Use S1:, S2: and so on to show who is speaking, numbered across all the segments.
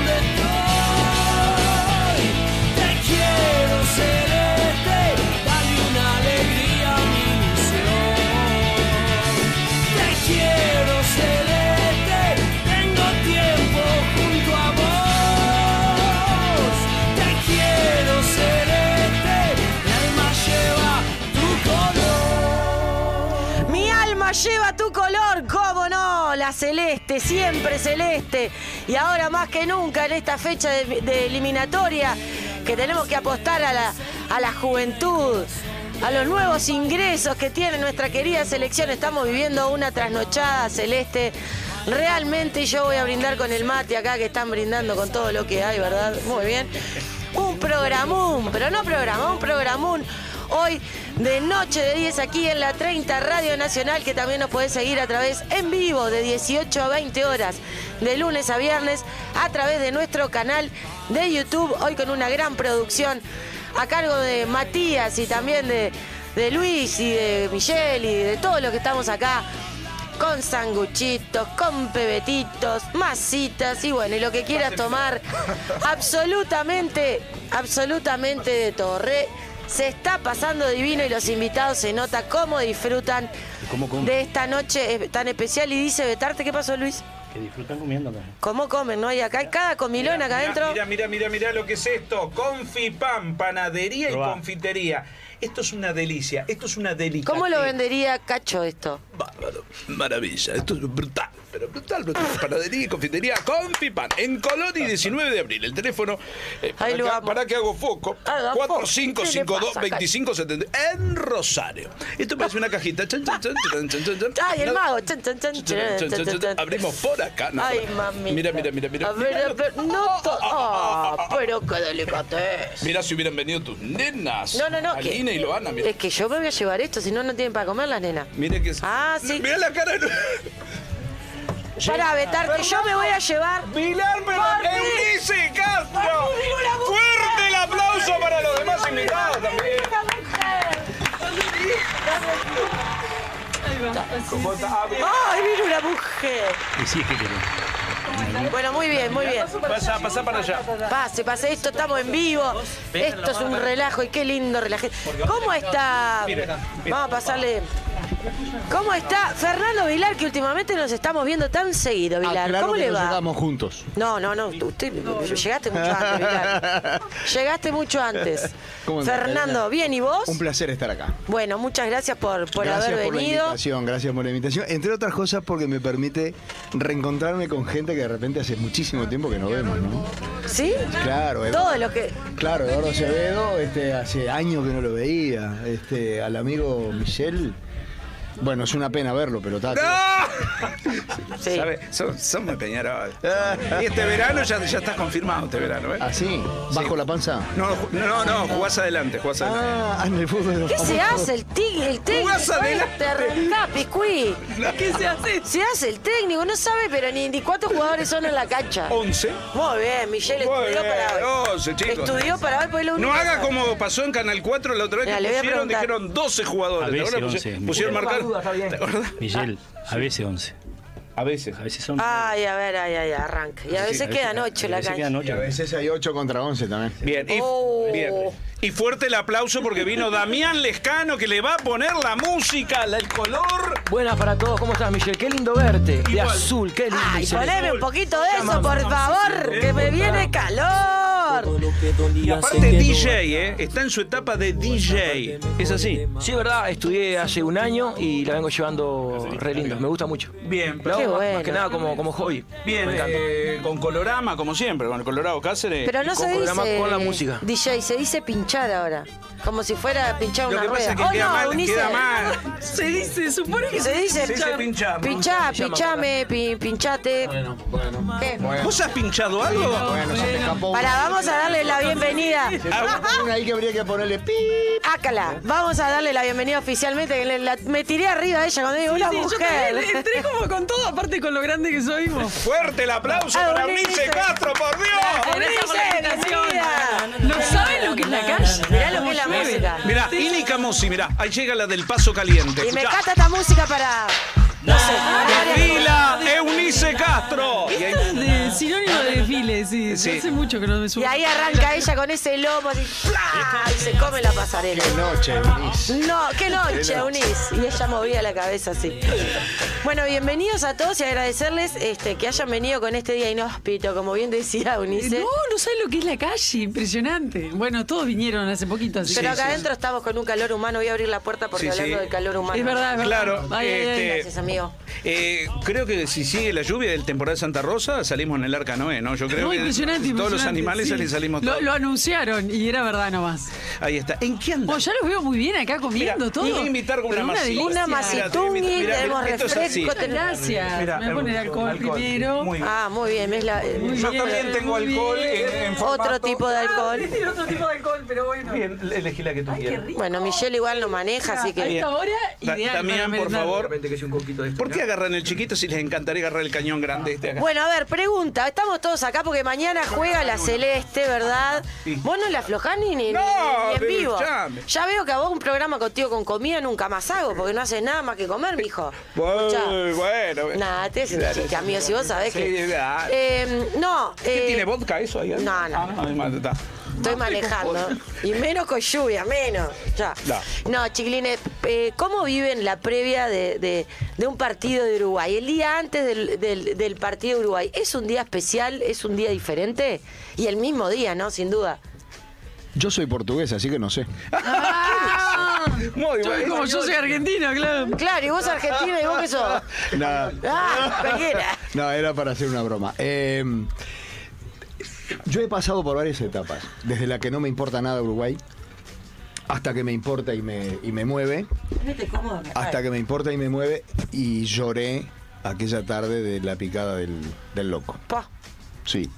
S1: este, este, este,
S2: celeste, siempre celeste. Y ahora más que nunca en esta fecha de, de eliminatoria que tenemos que apostar a la, a la juventud, a los nuevos ingresos que tiene nuestra querida selección. Estamos viviendo una trasnochada celeste. Realmente yo voy a brindar con el mate acá que están brindando con todo lo que hay, ¿verdad? Muy bien. Un programón, pero no programa, un programón. Hoy de noche de 10 aquí en la 30 Radio Nacional, que también nos podés seguir a través en vivo de 18 a 20 horas, de lunes a viernes, a través de nuestro canal de YouTube, hoy con una gran producción a cargo de Matías y también de, de Luis y de Michelle y de todos los que estamos acá con sanguchitos, con pebetitos, masitas y bueno, y lo que quieras tomar, absolutamente, absolutamente de todo. Re- se está pasando divino y los invitados se nota cómo disfrutan
S3: ¿Cómo comen?
S2: de esta noche eh, tan especial. Y dice Betarte, ¿qué pasó Luis?
S3: Que disfrutan comiendo acá.
S2: ¿Cómo comen? ¿No? Y acá hay cada comilón
S4: Mirá,
S2: acá adentro.
S4: Mirá, mirá, mirá, mirá lo que es esto. Confipam, panadería
S3: Probá.
S4: y confitería. Esto es una delicia, esto es una delicia.
S2: ¿Cómo lo vendería Cacho esto?
S5: Bárbaro, maravilla, esto es brutal, pero brutal, brutal. Panadería y confitería Confipan, en Colonia y 19 de abril. El teléfono, eh, para,
S2: Ay, lo
S5: acá-
S2: amo.
S5: para que hago foco,
S2: Haga foco. ¿Qué le pasa,
S5: 4552-2570, en Rosario. Esto parece una cajita. Chan, chan, chan, chan, chan, chan, chan.
S2: ¡Ay, el
S5: Nada-
S2: mago! Chan, chan, chan,
S5: Chan, chan, chan, chan, chan. Abrimos por acá. no,
S2: Ay,
S5: por acá.
S2: mami.
S5: Mira, mira, mira, mira.
S2: A ver, a ver, no to- Ah, pero qué delicatez.
S5: Mira si hubieran venido tus nenas.
S2: No, no, no. que-
S5: Alina y Loana, mira.
S2: Es que yo me voy a llevar esto, si no, no tienen para comer las nenas.
S5: Mira que
S2: Ah, sí.
S5: Mira la cara. de-
S2: Para Betarte, yo me voy a llevar.
S4: Pilar Pe-
S2: Por mí.
S4: Eunice Castro.
S2: Por mí, una mujer.
S4: Fuerte el aplauso para los demás invitados también. ¿Cómo está? Ah, bien.
S2: ¡Ay, vino una mujer!
S3: Y sí, es que queremos.
S2: Bueno, muy bien, muy bien.
S4: Pasá, pasá para allá.
S2: Pase, pase, esto estamos en vivo. Esto es un relajo y qué lindo relaje. ¿Cómo está? Vamos a pasarle. ¿Cómo está Fernando Vilar, que últimamente nos estamos viendo tan seguido, Vilar?
S6: Aclaro
S2: ¿Cómo
S6: que
S2: le
S6: nos
S2: va?
S6: llegamos juntos.
S2: No, no, no, usted llegaste mucho antes, Vilar. Llegaste mucho antes.
S6: ¿Cómo andás,
S2: Fernando,
S6: Karina?
S2: ¿bien y vos?
S6: Un placer estar acá.
S2: Bueno, muchas gracias por, por
S6: gracias
S2: haber
S6: por la
S2: venido.
S6: invitación, gracias por la invitación. Entre otras cosas porque me permite reencontrarme con gente que de repente hace muchísimo tiempo que no vemos, ¿no?
S2: ¿Sí?
S6: Claro, Eduardo.
S2: Todo lo que.
S6: Claro, Eduardo Acevedo, este, hace años que no lo veía. Este, al amigo Michel. Bueno, es una pena verlo, pero está.
S5: ¡Ah!
S2: Sí.
S5: ¿Sabe? Son, son muy Peñarol. Y este verano ya, ya estás confirmado, este verano, ¿eh?
S6: Así, bajo la panza.
S5: No, ju- no, no, jugás adelante, jugás adelante.
S6: Ah, en el fútbol de los
S2: ¿Qué se
S6: famosos.
S2: hace el técnico? El
S5: Jugás
S2: técnico
S5: adelante.
S2: te arrancá, Piscuí.
S5: ¿Qué se hace?
S2: Se hace el técnico, no sabe, pero ni, ni cuántos jugadores son en la cancha.
S5: 11.
S2: Muy bien, Michelle
S5: Oh. Muy
S2: estudió
S5: bien,
S2: para
S7: Oh,
S2: hoy.
S5: 12, chicos.
S2: Estudió para hoy, porque es lo
S5: No
S2: único
S5: haga
S2: que-
S5: como pasó en Canal 4 la otra vez
S2: Mira, le
S5: que
S2: voy a
S5: pusieron,
S2: preguntar.
S5: dijeron 12
S3: A
S5: jugadores.
S3: veces
S5: Ahora pusi-
S3: 11, Miguel.
S5: pusieron marcar. ¿Te acordás?
S3: Miguel, a veces 11.
S5: A veces.
S3: A veces son.
S2: Ay, a ver, ay, ay, arranca. Y a veces quedan ocho en la
S3: veces
S2: cancha.
S3: quedan
S6: Y a
S3: ocho.
S6: veces hay 8 contra 11 también.
S5: Bien, y,
S2: Oh.
S5: bien. Y fuerte el aplauso porque vino Damián Lescano que le va a poner la música, la- el color.
S8: Buenas para todos, ¿cómo estás Michelle? Qué lindo verte. De
S5: Igual.
S8: azul, qué lindo.
S2: Ay,
S8: Y se
S2: poneme un poquito de eso, por favor, que me viene calor. Eh,
S5: Y aparte DJ, ¿eh? Está en su etapa de DJ.
S3: Es así.
S8: Sí, es verdad, estudié hace un año y la vengo llevando re lindo. Me gusta mucho.
S5: Bien,
S8: Lo hago
S2: Qué
S8: más-
S2: bueno.
S8: más que nada como, como hobby.
S5: Bien,
S8: Me encanta.
S5: eh, con Colorama, como siempre, con el Colorado Cáceres.
S2: Pero no
S8: con
S2: se
S8: programa
S2: dice
S8: con la música.
S2: DJ, se dice pinchar ahora. Como si fuera pinchar
S5: Lo
S2: una
S5: que pasa
S2: rueda.
S5: es que
S2: Oh,
S5: queda
S2: no,
S5: mal,
S2: Eunice.
S5: queda mal.
S8: Se dice, supone
S2: Se dice
S5: Se dice pinchar, ¿no?
S2: Pinchá,
S8: Se llama
S2: pinchame, pi- pinchate.
S6: Bueno, bueno.
S2: ¿Qué?
S5: ¿Vos has pinchado algo?
S6: Bueno, se me escapó.
S2: Pará, vamos a darle la bienvenida.
S6: Una ahí que habría que ponerle pi.
S2: Ácala, vamos a darle la bienvenida oficialmente. que le- la- me tiré arriba de ella cuando digo una mujer.
S9: entré como con todo, aparte con lo grande que soy.
S5: Fuerte el aplauso
S2: Ah,
S5: para
S2: bonito.
S5: Eunice Castro, por Dios.
S9: Gracias por la invitación.
S2: bienvenida.
S9: No saben lo que es la calle.
S2: Mirá lo que es la música.
S5: Mirá, Ini Camosi, mirá, ahí llega la del paso caliente.
S2: Y me
S5: Escuchá.
S2: encanta esta música para. No sé.
S5: Vila Eunice Castro. Y ahí-
S9: Esto es de sinónimo de desfile, sí.
S5: Sí.
S9: Hace mucho que no me
S2: Y
S9: subo.
S2: ahí arranca ella con ese lomo así. ¡plá! Y se come la pasarela.
S6: Qué noche, Luis.
S2: No, qué noche, Eunice. Y ella movía la cabeza así. Bueno, bienvenidos a todos y agradecerles este, que hayan venido con este día inhóspito, como bien decía
S9: Eh,
S2: Eunice.
S9: No, no saben lo que es la calle, impresionante. Bueno, todos vinieron hace poquito, así
S2: Pero
S9: que-
S2: acá adentro estamos con un calor humano. Voy a abrir la puerta porque
S5: Sí, sí.
S2: hablando del calor humano.
S9: Es verdad, es verdad.
S5: Claro,
S9: Ay, ay, ay.
S5: este,
S2: Gracias, amigo. Frío.
S5: Eh, creo que si sigue la lluvia del temporal de Santa Rosa, salimos en el arca Noé, ¿no? Yo creo
S9: No,
S5: que
S9: impresionante,
S5: todos los
S9: impresionante,
S5: animales
S9: sí.
S5: salen- salimos
S9: lo,
S5: todos.
S9: lo anunciaron y era verdad nomás.
S5: Ahí está. ¿En qué andan?
S9: Bueno, ya los veo muy bien acá comiendo
S5: Mira,
S9: todo.
S5: te voy a invitar con
S9: Pero
S5: una masi-
S9: delicia.
S2: Una
S5: mira, te
S2: masitungui,
S5: invito- mira,
S2: tenemos
S5: esto es así.
S2: refresco.
S9: Muchas
S2: tenemos-
S9: Gracias.
S7: Mira,
S9: Me voy a poner alcohol,
S7: alcohol.
S9: primero.
S7: Muy bien.
S2: Ah, muy bien, es la, eh,
S9: Muy
S7: Yo
S9: bien,
S7: también tengo
S9: muy
S7: alcohol
S9: bien.
S7: en, en
S2: otro
S7: formato-
S2: tipo de alcohol.
S9: Este es otro tipo de alcohol, pero bueno.
S7: Bien, elegí la que tú quieras.
S2: Bueno, Michelle igual no maneja, así
S9: A
S2: que
S9: esta hora,
S5: Da-
S9: ideal.
S5: Damián,
S9: para
S5: por
S9: merendar.
S5: favor.
S7: Solamente que es un coquito de esto,
S5: ¿Por qué
S7: mirá.
S5: agarran el chiquito si les encantaría agarrar el cañón grande este acá?
S2: Bueno, a ver, pregunta. Estamos todos acá porque mañana juega la Celeste, ¿verdad? Vos no la aflojás ni, ni- ni-
S5: No,
S2: ni en
S5: pero
S2: vivo.
S5: escuchame.
S2: Ya veo que a vos un programa contigo con comida nunca más hago porque no haces nada más que comer, mijo.
S5: Bueno,
S2: Escuchá.
S5: bueno.
S2: Nada, te haces un chiste, amigo, si vos sabés
S5: Sí,
S2: que.
S5: ah.
S2: Eh, no,
S5: ¿Qué
S2: eh,
S5: tiene vodka eso ahí? adentro?
S2: No, no.
S5: Ah, ahí más, está.
S2: estoy manejando. Y menos con lluvia, menos. Ya.
S5: Ya.
S2: No, chiquilines, eh, ¿cómo viven la previa de, de- de un partido de Uruguay? El día antes del, del- del partido de Uruguay, ¿es un día especial? ¿Es un día diferente? Y el mismo día, ¿no? Sin duda.
S6: Yo soy portugués, así que no sé.
S9: Ah,
S5: Muy
S9: yo,
S5: bueno.
S9: como yo soy argentino, claro.
S2: Claro, y vos argentina y vos qué sos.
S6: Nada.
S2: Ah, cualquiera.
S6: No, era para hacer una broma. Eh, yo he pasado por varias etapas, desde la que no me importa nada Uruguay, hasta que me importa y me, y me mueve, hasta que me importa y me mueve, y lloré aquella tarde de la picada del, del loco.
S2: Pa,
S6: Sí.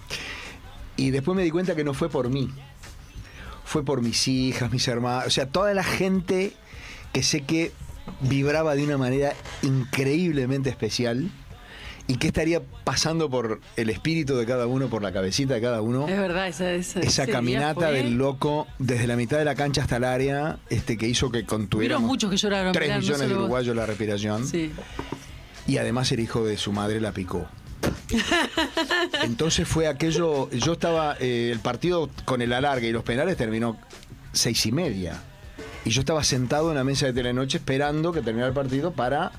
S6: Y después me di cuenta que no fue por mí. Fue por mis hijas, mis hermanas, o sea, toda la gente que sé que vibraba de una manera increíblemente especial y que estaría pasando por el espíritu de cada uno, por la cabecita de cada uno.
S9: Es verdad, esa, esa,
S6: Esa
S9: ese día
S6: caminata
S9: fue-
S6: del loco desde la mitad de la cancha hasta el área, este que hizo que
S9: Hubieron
S6: contuviéramos
S9: muchos que lloraron.
S6: 3
S9: mirá, no
S6: millones de
S9: solo vos.
S6: uruguayos la respiración
S9: Sí.
S6: y además el hijo de su madre la picó. Entonces fue aquello, yo estaba, eh, el partido con el alargue y los penales terminó seis y media. Y yo estaba sentado en la mesa de telenoche esperando que terminara el partido para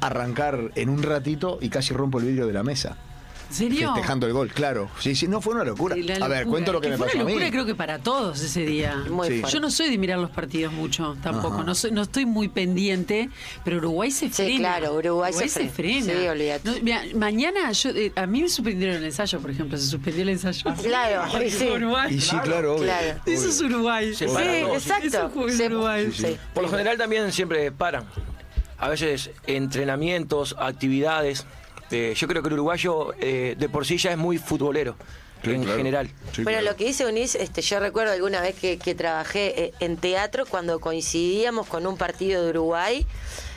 S6: arrancar en un ratito y casi rompo el vidrio de la mesa.
S9: ¿En serio?
S6: Festejando el gol, claro. Sí, sí, no, fue una locura.
S9: Sí, la
S6: A ver,
S9: locura.
S6: cuento lo que, me
S9: fue
S6: pasó
S9: una
S6: a mí.
S9: locura creo que para todos ese día.
S2: muy
S6: Sí.
S2: fuerte.
S9: Yo no soy de mirar los partidos mucho, tampoco.
S6: Ajá.
S9: No, soy- no estoy muy pendiente, pero Uruguay se
S2: Sí,
S9: frena.
S2: claro, Uruguay se frena.
S9: frena.
S2: Sí, olvídate.
S9: No, mira, mañana, yo, eh, a mí me suspendieron el ensayo, por ejemplo. Se suspendió el ensayo.
S2: Claro, y sí.
S9: Uruguay.
S6: Y sí, claro, obvio.
S2: Claro.
S9: Eso es Uruguay.
S8: Se
S2: Sí,
S8: para todo.
S2: exacto.
S9: Eso es
S2: Se-
S9: Uruguay.
S2: sí.
S8: Por lo general también siempre paran. A veces entrenamientos, actividades. Eh, yo creo que el uruguayo eh, de por sí ya es muy futbolero
S5: Sí,
S8: en
S5: claro.
S8: general.
S5: Sí,
S2: Bueno,
S5: claro.
S2: lo que dice Unís, este, yo recuerdo alguna vez que, que trabajé eh, en teatro cuando coincidíamos con un partido de Uruguay,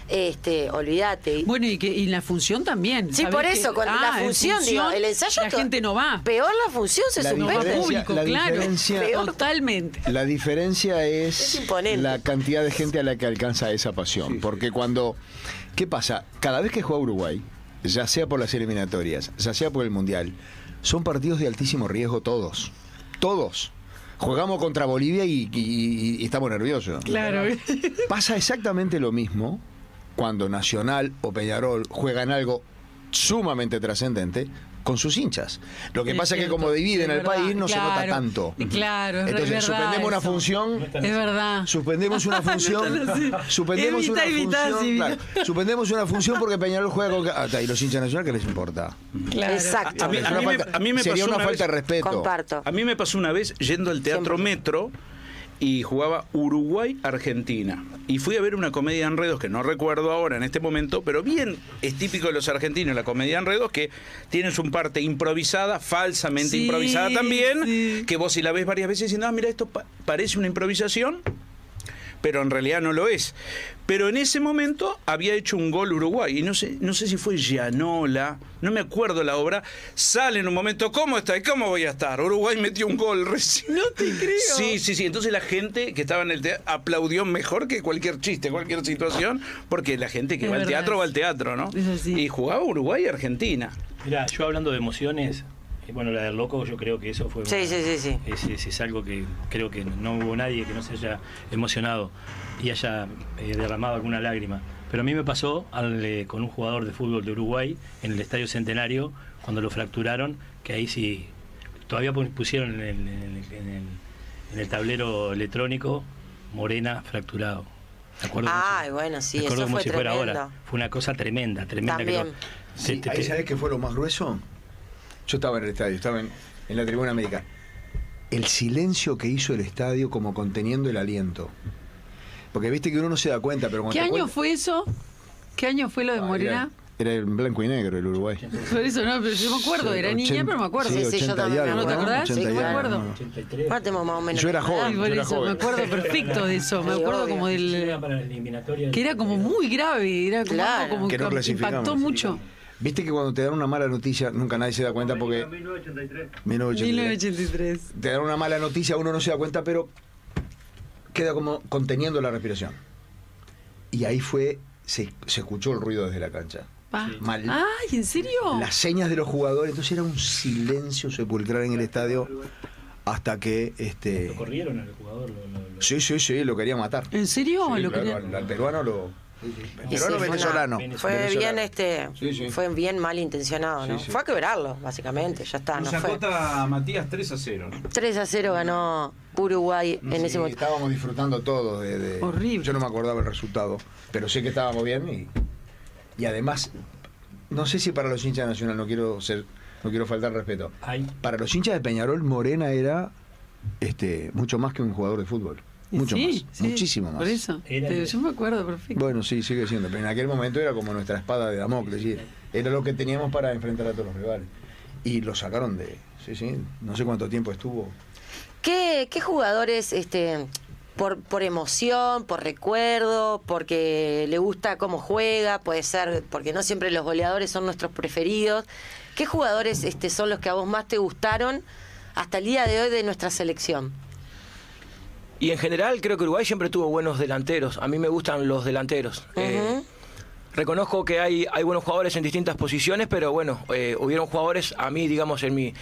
S2: este, olvídate.
S9: Bueno, y, que, y la función también.
S2: Sí,
S9: ¿sabés
S2: por
S9: que-
S2: eso, con
S9: Ah,
S2: la
S9: en
S2: función, digo, el ensayo...
S9: La
S2: to-
S9: gente no va.
S2: Peor la función se
S6: La
S9: No
S2: suspende.
S9: va
S6: diferencia-
S9: público,
S6: la
S9: claro.
S6: diferencia-
S2: Peor.
S9: Totalmente.
S6: La diferencia
S2: Es
S6: es,
S2: imponente.
S6: la cantidad de gente a la que alcanza esa pasión. porque cuando. ¿Qué pasa? Cada vez que juega Uruguay, ya sea por las eliminatorias, ya sea por el Mundial, son partidos de altísimo riesgo todos. Todos. Jugamos contra Bolivia y, y- y- y estamos nerviosos.
S9: Claro.
S6: Pasa exactamente lo mismo cuando Nacional o Peñarol juegan algo sumamente trascendente con sus hinchas. Lo que
S9: Es
S6: pasa es que
S9: cierto,
S6: como dividen el
S9: es verdad,
S6: país no se nota
S9: claro,
S6: tanto.
S9: claro, es
S6: Entonces
S9: verdad
S6: suspendemos una
S9: eso.
S6: función
S9: Es verdad.
S6: Suspendemos una función.
S9: No están así.
S6: Suspendemos
S9: Evita,
S6: una
S9: evita,
S6: función.
S9: sí,
S6: claro, suspendemos una función porque Peñarol juega con. Ah, está, y los hinchas nacionales, ¿qué les importa?
S9: Claro.
S2: Exacto,
S5: A mí-
S6: Es una
S5: me-
S6: falta-
S5: a mí me
S6: sería
S5: pasó
S6: una,
S5: una
S6: falta de
S5: vez-
S6: respeto.
S2: comparto.
S5: A mí me pasó una vez yendo al Teatro Metro y jugaba Uruguay-Argentina. Y fui a ver una comedia de enredos que no recuerdo ahora en este momento, pero bien es típico de los argentinos la comedia de enredos que tienes un parte improvisada, falsamente
S9: Sí,
S5: improvisada también,
S9: sí.
S5: que vos si la ves varias veces diciendo, ah, mira, esto pa- parece una improvisación, pero en realidad no lo es. Pero en ese momento había hecho un gol Uruguay, y no sé, no sé si fue Gianola, no me acuerdo la obra, sale en un momento, ¿cómo está? ¿Y cómo voy a estar? Uruguay metió un gol recién.
S9: No te creo.
S5: Sí, sí, sí. Entonces la gente que estaba en el teatro aplaudió mejor que cualquier chiste, cualquier situación, porque la gente que
S9: Es
S5: va al
S9: verdad.
S5: teatro va al teatro, ¿no?
S9: Es así.
S5: Y jugaba Uruguay y Argentina.
S3: Mira, yo hablando de emociones, eh, bueno, la del loco, yo creo que eso fue.
S2: Sí, sí, sí, sí.
S3: Es, es- es algo que creo que no hubo nadie que no se haya emocionado y haya eh, derramado alguna lágrima. Pero a mí me pasó al, eh, con un jugador de fútbol de Uruguay en el Estadio Centenario, cuando lo fracturaron, que ahí sí. Todavía pu- pusieron en el, en el- en el- en el tablero electrónico Morena fracturado. Me acuerdo
S2: Ay,
S3: como si-
S2: bueno, sí,
S3: me acuerdo
S2: eso
S3: como
S2: fue
S3: si fuera ahora.
S2: tremendo.
S3: Fue una cosa tremenda, tremenda. que
S2: También.
S3: no-
S6: Sí,
S3: te- te-
S6: ahí
S3: te-
S6: sabés que fue lo más grueso. Yo estaba en el estadio, estaba en, en la tribuna médica. El silencio que hizo el estadio como conteniendo el aliento. Porque viste que uno no se da cuenta, pero cuando
S9: ¿Qué
S6: te
S9: año
S6: cuenta-
S9: fue eso? ¿Qué año fue lo de
S6: Ah,
S9: Morena?
S6: Era, era en blanco y negro el Uruguay.
S9: Por eso no, pero yo me acuerdo, era niña, pero me acuerdo.
S6: Sí,
S2: sí, yo
S6: 80 y
S2: también me
S6: algo,
S9: ¿No te
S2: acuerdo.
S9: acordás? Sí,
S6: 80 y
S9: me
S6: algo,
S9: acuerdo.
S6: ¿no?
S2: Ahora tenemos más o menos
S6: Yo era
S2: la
S6: joven,
S9: Ay,
S2: edad.
S9: por
S6: yo era
S9: eso, me
S6: joven.
S9: acuerdo perfecto de eso, me
S2: Sí,
S9: acuerdo
S2: obvio.
S9: como del...
S3: para la eliminatoria.
S9: que era como muy grave, era como,
S2: Claro.
S9: algo como
S6: Que no clasificamos,
S9: impactó mucho.
S6: Viste que cuando te dan una mala noticia, nunca nadie se da cuenta porque... 1983.
S9: 1983.
S6: Te dan una mala noticia, uno no se da cuenta, pero queda como conteniendo la respiración. Y ahí fue, se, se escuchó el ruido desde la cancha.
S9: Pa.
S6: Mal.
S9: Ay, ¿en serio?
S2: Oh.
S6: Las señas de los jugadores, entonces era un silencio sepulcral en el estadio hasta que este.
S3: Lo corrieron al jugador. lo- lo- lo-
S6: Sí, sí, sí, lo quería matar.
S9: ¿En serio?
S6: Sí,
S9: Lo
S6: claro,
S9: querían-
S6: al, al peruano lo.
S2: Y sí,
S6: Peruano
S2: fue una-
S6: venezolano.
S2: Fue bien
S6: venezolano.
S2: este,
S6: Sí, sí.
S2: fue bien malintencionado, ¿no?
S6: Sí, sí.
S2: Fue a quebrarlo, básicamente, ya
S9: Ah,
S2: está, no
S7: Nos
S2: fue.
S7: acota Matías 3 a 0. ¿no?
S2: 3 a 0 ganó Uruguay en
S6: Sí,
S2: ese momento.
S6: estábamos disfrutando todos de, de-
S9: Horrible.
S6: Yo no me acordaba el resultado, pero sé que estábamos bien y, y además, no sé si para los hinchas de nacional, no quiero ser, no quiero faltar respeto.
S3: Ay,
S6: Para los hinchas de Peñarol, Morena era este mucho más que un jugador de fútbol.
S9: Y
S6: Mucho
S9: sí,
S6: más,
S9: sí,
S6: muchísimo más.
S9: Por eso,
S3: Era-
S9: Te- yo me acuerdo perfecto.
S6: Bueno, sí, sigue siendo, pero en aquel momento era como nuestra espada de Damocles, sí. era lo que teníamos para enfrentar a todos los rivales. Y lo sacaron de, sí, sí, no sé cuánto tiempo estuvo.
S2: ¿Qué, qué jugadores este por, por emoción, por recuerdo, porque le gusta cómo juega, puede ser porque no siempre los goleadores son nuestros preferidos. ¿Qué jugadores este son los que a vos más te gustaron hasta el día de hoy de nuestra selección?
S10: Y en general creo que Uruguay siempre tuvo buenos delanteros. A mí me gustan los delanteros. Eh,
S2: Ujú.
S10: reconozco que hay, hay buenos jugadores en distintas posiciones, pero bueno, eh, hubieron jugadores a mí, digamos, en mi...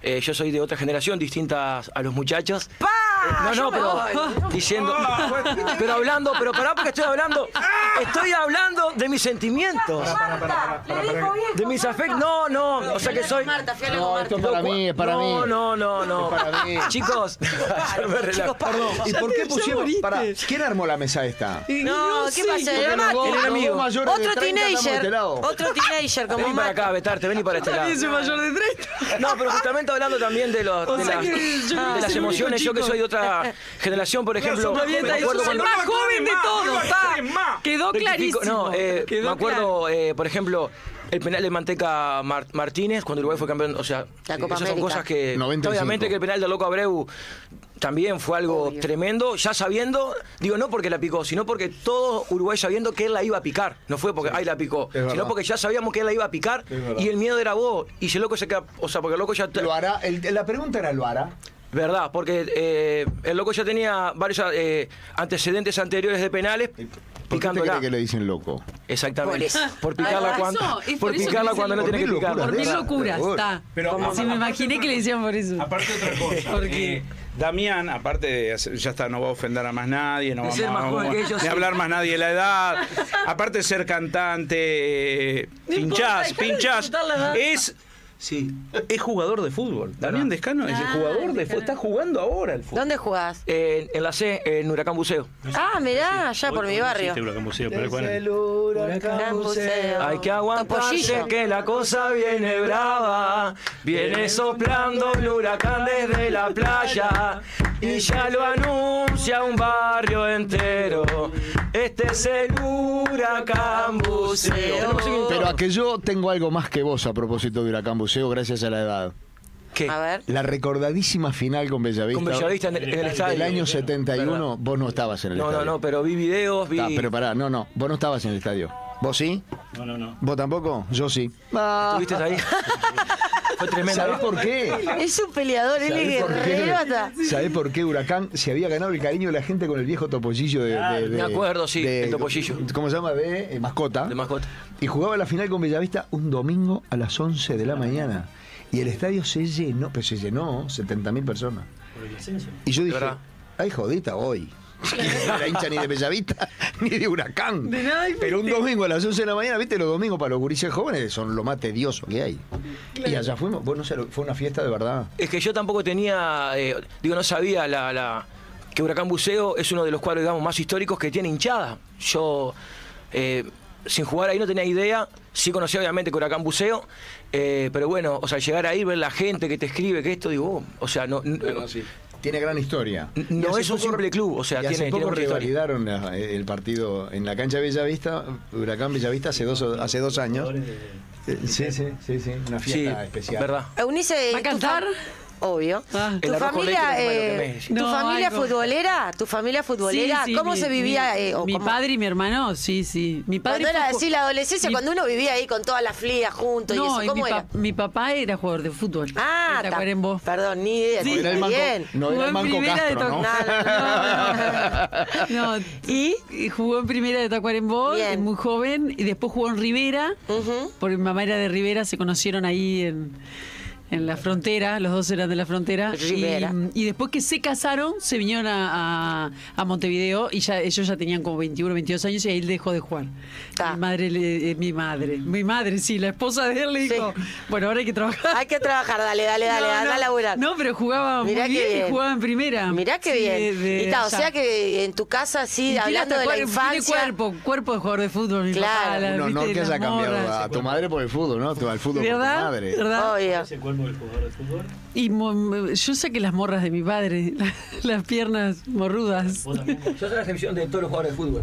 S10: eh, yo soy de otra generación, distintas a los muchachos. Eh,
S2: ¡Pa!
S10: No,
S2: Yo
S10: no,
S2: me voy.
S10: pero diciendo. Pero hablando, pero pará porque estoy hablando. Estoy hablando de mis sentimientos. De mis afectos. No, no. O sea que soy.
S2: Marta, fui a la
S6: No,
S2: Marta.
S6: esto es para mí, es para mí.
S10: No, no, no, no.
S6: Es para mí.
S10: Chicos, yo me relajo.
S6: Perdón, ¿y
S9: Ya
S6: por
S9: te-
S6: qué
S9: ya
S6: pusieron?
S9: moriste.
S6: Pará, ¿quién armó la mesa esta?
S9: Y-
S2: No,
S9: no
S2: ¿qué
S9: sé,
S2: pasa?
S9: yo-
S2: El
S6: Porque
S2: Mati.
S6: los dos- los
S10: amigo.
S6: dos mayores de
S2: Otro
S6: 30 estamos de este
S2: teenager.
S6: lado.
S2: Otro teenager como
S10: Vení para
S2: Mati.
S10: acá, Betarte, vení para este lado.
S9: También soy mayor de 30.
S10: No, pero justamente hablando también de, los,
S9: O
S10: de,
S9: sea
S10: las- Ah,
S9: que yo
S10: de
S9: no soy
S10: las
S9: el único
S10: emociones. Yo que
S9: chico.
S10: soy de otra generación, por ejemplo.
S9: Está bien,
S10: me
S9: está bien,
S10: acuerdo
S9: sos el
S10: cuando-
S9: más joven de todos. pa.
S11: Tres más.
S9: Quedó
S10: Rectifico,
S9: clarísimo.
S10: No, eh,
S9: Quedó
S10: me
S9: claro.
S10: acuerdo, eh, por ejemplo, el penal de Manteca Mar- Martínez cuando Uruguay fue campeón. O sea,
S2: La Copa
S10: esas son
S2: América.
S10: cosas que.
S6: 95.
S10: Obviamente que el penal de Loco Abreu también fue algo
S2: Obvio.
S10: tremendo. Ya sabiendo, digo, no porque la picó, sino porque todo Uruguay sabiendo que él la iba a picar. No fue porque, ay, la picó.
S6: Es verdad.
S10: Sino porque ya sabíamos que él la iba a picar
S6: Es verdad.
S10: y el miedo era vos. Y si el loco se queda. O sea, porque el loco ya.
S6: Lo hará, el- la pregunta era, ¿lo hará?
S10: Verdad, porque eh, el loco ya tenía varios eh, antecedentes anteriores de penales.
S6: ¿Por qué te
S10: picándola.
S6: cree que le dicen loco?
S10: Exactamente.
S2: Por eso.
S10: Por
S9: Ah,
S10: picarla
S9: por
S10: cuando,
S9: eso, es
S10: por
S9: por eso que
S10: picarla
S9: dicen
S10: cuando no
S9: loco.
S10: tiene
S6: Por
S10: que
S6: mil
S10: picar.
S6: locuras.
S9: Por mil
S6: ¿verdad?
S9: locuras,
S6: Por favor.
S9: está.
S7: Pero-
S9: Sí, me imaginé que le decían por eso.
S7: Aparte otra cosa.
S9: ¿Por qué?
S7: eh, Damián, aparte de hacer- ya está, no va a ofender a más nadie, no
S10: De
S7: vamos
S10: ser más
S7: a-
S10: joven que ellos,
S7: ni
S10: sí.
S7: hablar más nadie de la edad. Aparte de ser cantante, eh,
S9: No
S7: pinchás,
S9: importa, dejá de
S7: pinchás.
S9: disfrutar la edad.
S7: Es. Sí, es jugador de fútbol. Damián Descano es
S9: Ah,
S7: jugador de
S9: Descano.
S7: fútbol. Está jugando ahora el fútbol.
S2: ¿Dónde jugás?
S10: En, en la C, en Huracán Buceo.
S2: Ah, mirá, allá por
S3: hoy-
S2: mi
S3: hoy no
S2: barrio.
S3: existe Huracán Buceo, pero bueno,
S2: Gran buceo.
S10: Hay que aguantarse
S2: Topollillo.
S10: que la cosa viene brava. Viene soplando el huracán desde la playa. Y ya lo anuncia un barrio entero. Este es el huracán buceo.
S6: Pero a que yo tengo algo más que vos a propósito de Huracán Buceo, gracias a la edad.
S10: ¿Qué?
S2: A ver.
S6: La recordadísima final con Bellavista.
S10: Con Bellavista en, el- en el
S6: Del
S10: estadio.
S6: año 71, vos no estabas en el
S10: No, no,
S6: estadio.
S10: no, pero vi videos, vi.
S6: Ah, pero pará, no, no, vos no estabas en el estadio. ¿Vos sí?
S3: no, no, no.
S6: ¿Vos tampoco? Yo sí.
S10: ¿Estuviste ahí? Fue tremendo.
S6: ¿Sabés por qué?
S2: Es un peleador, él es
S6: ¿Sabés por qué?
S2: guerrero hasta.
S6: ¿Sabés por qué Huracán se había ganado el cariño de la gente con el viejo topollillo de... de- de-
S10: Ah, me acuerdo, sí,
S6: de-
S10: el topollillo.
S6: ¿Cómo se llama? De eh, mascota.
S10: De mascota.
S6: Y jugaba la final con Bellavista un domingo a las 11 de la mañana. Y el estadio se llenó, pero se llenó 70.000 personas.
S3: Por el ascenso.
S6: Y yo dije,
S10: verdad.
S6: ay jodita hoy. No era hincha ni de Bellavista, ni de Huracán.
S9: De nada, y
S6: Pero un domingo a las 11 de la mañana, viste, los domingos para los gurises jóvenes son lo más tedioso que hay. Y allá fuimos, bueno, fue una fiesta de verdad.
S10: Es que yo tampoco tenía, eh, digo, no sabía la, la- que Huracán Buceo es uno de los cuadros, digamos, más históricos que tiene hinchada. Yo, eh, sin jugar ahí, no tenía idea. Sí conocía, obviamente, que Huracán Buceo. eh, pero bueno, o sea, llegar ahí, ver la gente que te escribe, que esto, digo, oh, o sea, no... n-
S6: Tiene gran historia.
S10: N-
S6: Y
S10: no
S6: hace
S10: es un simple club, o sea,
S6: y hace
S10: tiene-
S6: poco
S10: tiene mucha historia.
S6: revalidaron la- el partido en la cancha de Bellavista, Huracán Bellavista, hace dos, o- hace dos años. Eh, Sí, sí, sí, sí, una
S10: sí,
S6: fiesta especial.
S10: verdad.
S2: Eunice,
S9: ¿Va a
S2: ¿y tu
S9: cantar?
S2: fam- Obvio.
S9: Ah.
S2: ¿Tu
S10: El arroz con leche
S2: familia,
S10: es lo primero que
S2: eh,
S10: me dice.
S2: ¿tu
S9: No,
S2: familia
S9: algo.
S2: futbolera? ¿Tu familia futbolera?
S9: Sí, sí,
S2: ¿Cómo
S9: mi-
S2: se vivía?
S9: Mi,
S2: eh, o
S9: mi
S2: cómo-
S9: padre y mi hermano, sí, sí. Mi padre
S2: Cuando
S9: fue
S2: era
S9: ju-
S2: así la adolescencia,
S9: mi-
S2: cuando uno vivía ahí con todas las flías juntos
S9: no,
S2: y
S9: y
S2: eso, ¿cómo
S9: mi,
S2: era?
S9: pa- mi papá era jugador de fútbol.
S2: Ah,
S9: de
S2: ta-
S9: Tacuarembó.
S2: perdón, ni idea.
S9: Sí.
S2: está
S6: Era el Manco-
S2: bien.
S6: no era
S9: Jugó
S6: el
S9: en
S6: Manco
S9: primera de
S6: Castro, ¿no?
S2: No,
S9: Tacuarembó. No,
S2: ¿Y?
S9: y jugó en primera de Tacuarembó,
S2: Bien.
S9: muy joven, y después jugó en Rivera,
S2: Ujú.
S9: porque mi mamá era de Rivera, se conocieron ahí en, en la frontera, los dos eran de la frontera.
S2: Rivera.
S9: Y, y después que se casaron, se vinieron a, a- a Montevideo y ya ellos ya tenían como 21, 22 años y ahí él dejó de jugar.
S2: Ta. Mm.
S9: Mi madre, le- eh, mi madre, mi madre, sí, la esposa de él le
S2: Sí.
S9: dijo, bueno, ahora hay que trabajar.
S2: Hay que trabajar, dale, dale, dale,
S9: No,
S2: anda
S9: no.
S2: a laburar.
S9: No, pero jugaba
S2: Mirá
S9: Ah, muy
S2: qué
S9: bien, y
S2: bien.
S9: jugaba en primera.
S2: Mirá qué
S9: Sí,
S2: bien.
S9: de-
S2: y ta, o
S9: allá.
S2: sea que en tu casa,
S9: Y
S2: sí,
S9: tiene
S2: hablando
S9: hasta
S2: de la
S9: cuerpo-
S2: infancia.
S9: Tiene cuerpo, cuerpo de jugador de fútbol, mi
S2: Claro.
S9: papá, la-
S6: Un
S9: viste,
S6: honor que
S9: las
S6: haya cambiado
S9: morras.
S6: a tu madre por el fútbol, ¿no? Tu- Al fútbol por tu
S9: ¿Verdad?
S6: madre.
S9: ¿Verdad?
S2: Obvio.
S3: ¿Es el cuerpo del jugador de fútbol?
S9: Y mo- mo- yo saqué las morras de mi padre, las piernas morrudas.
S3: ¿Vos también?
S10: Yo soy la excepción de todos los jugadores de fútbol.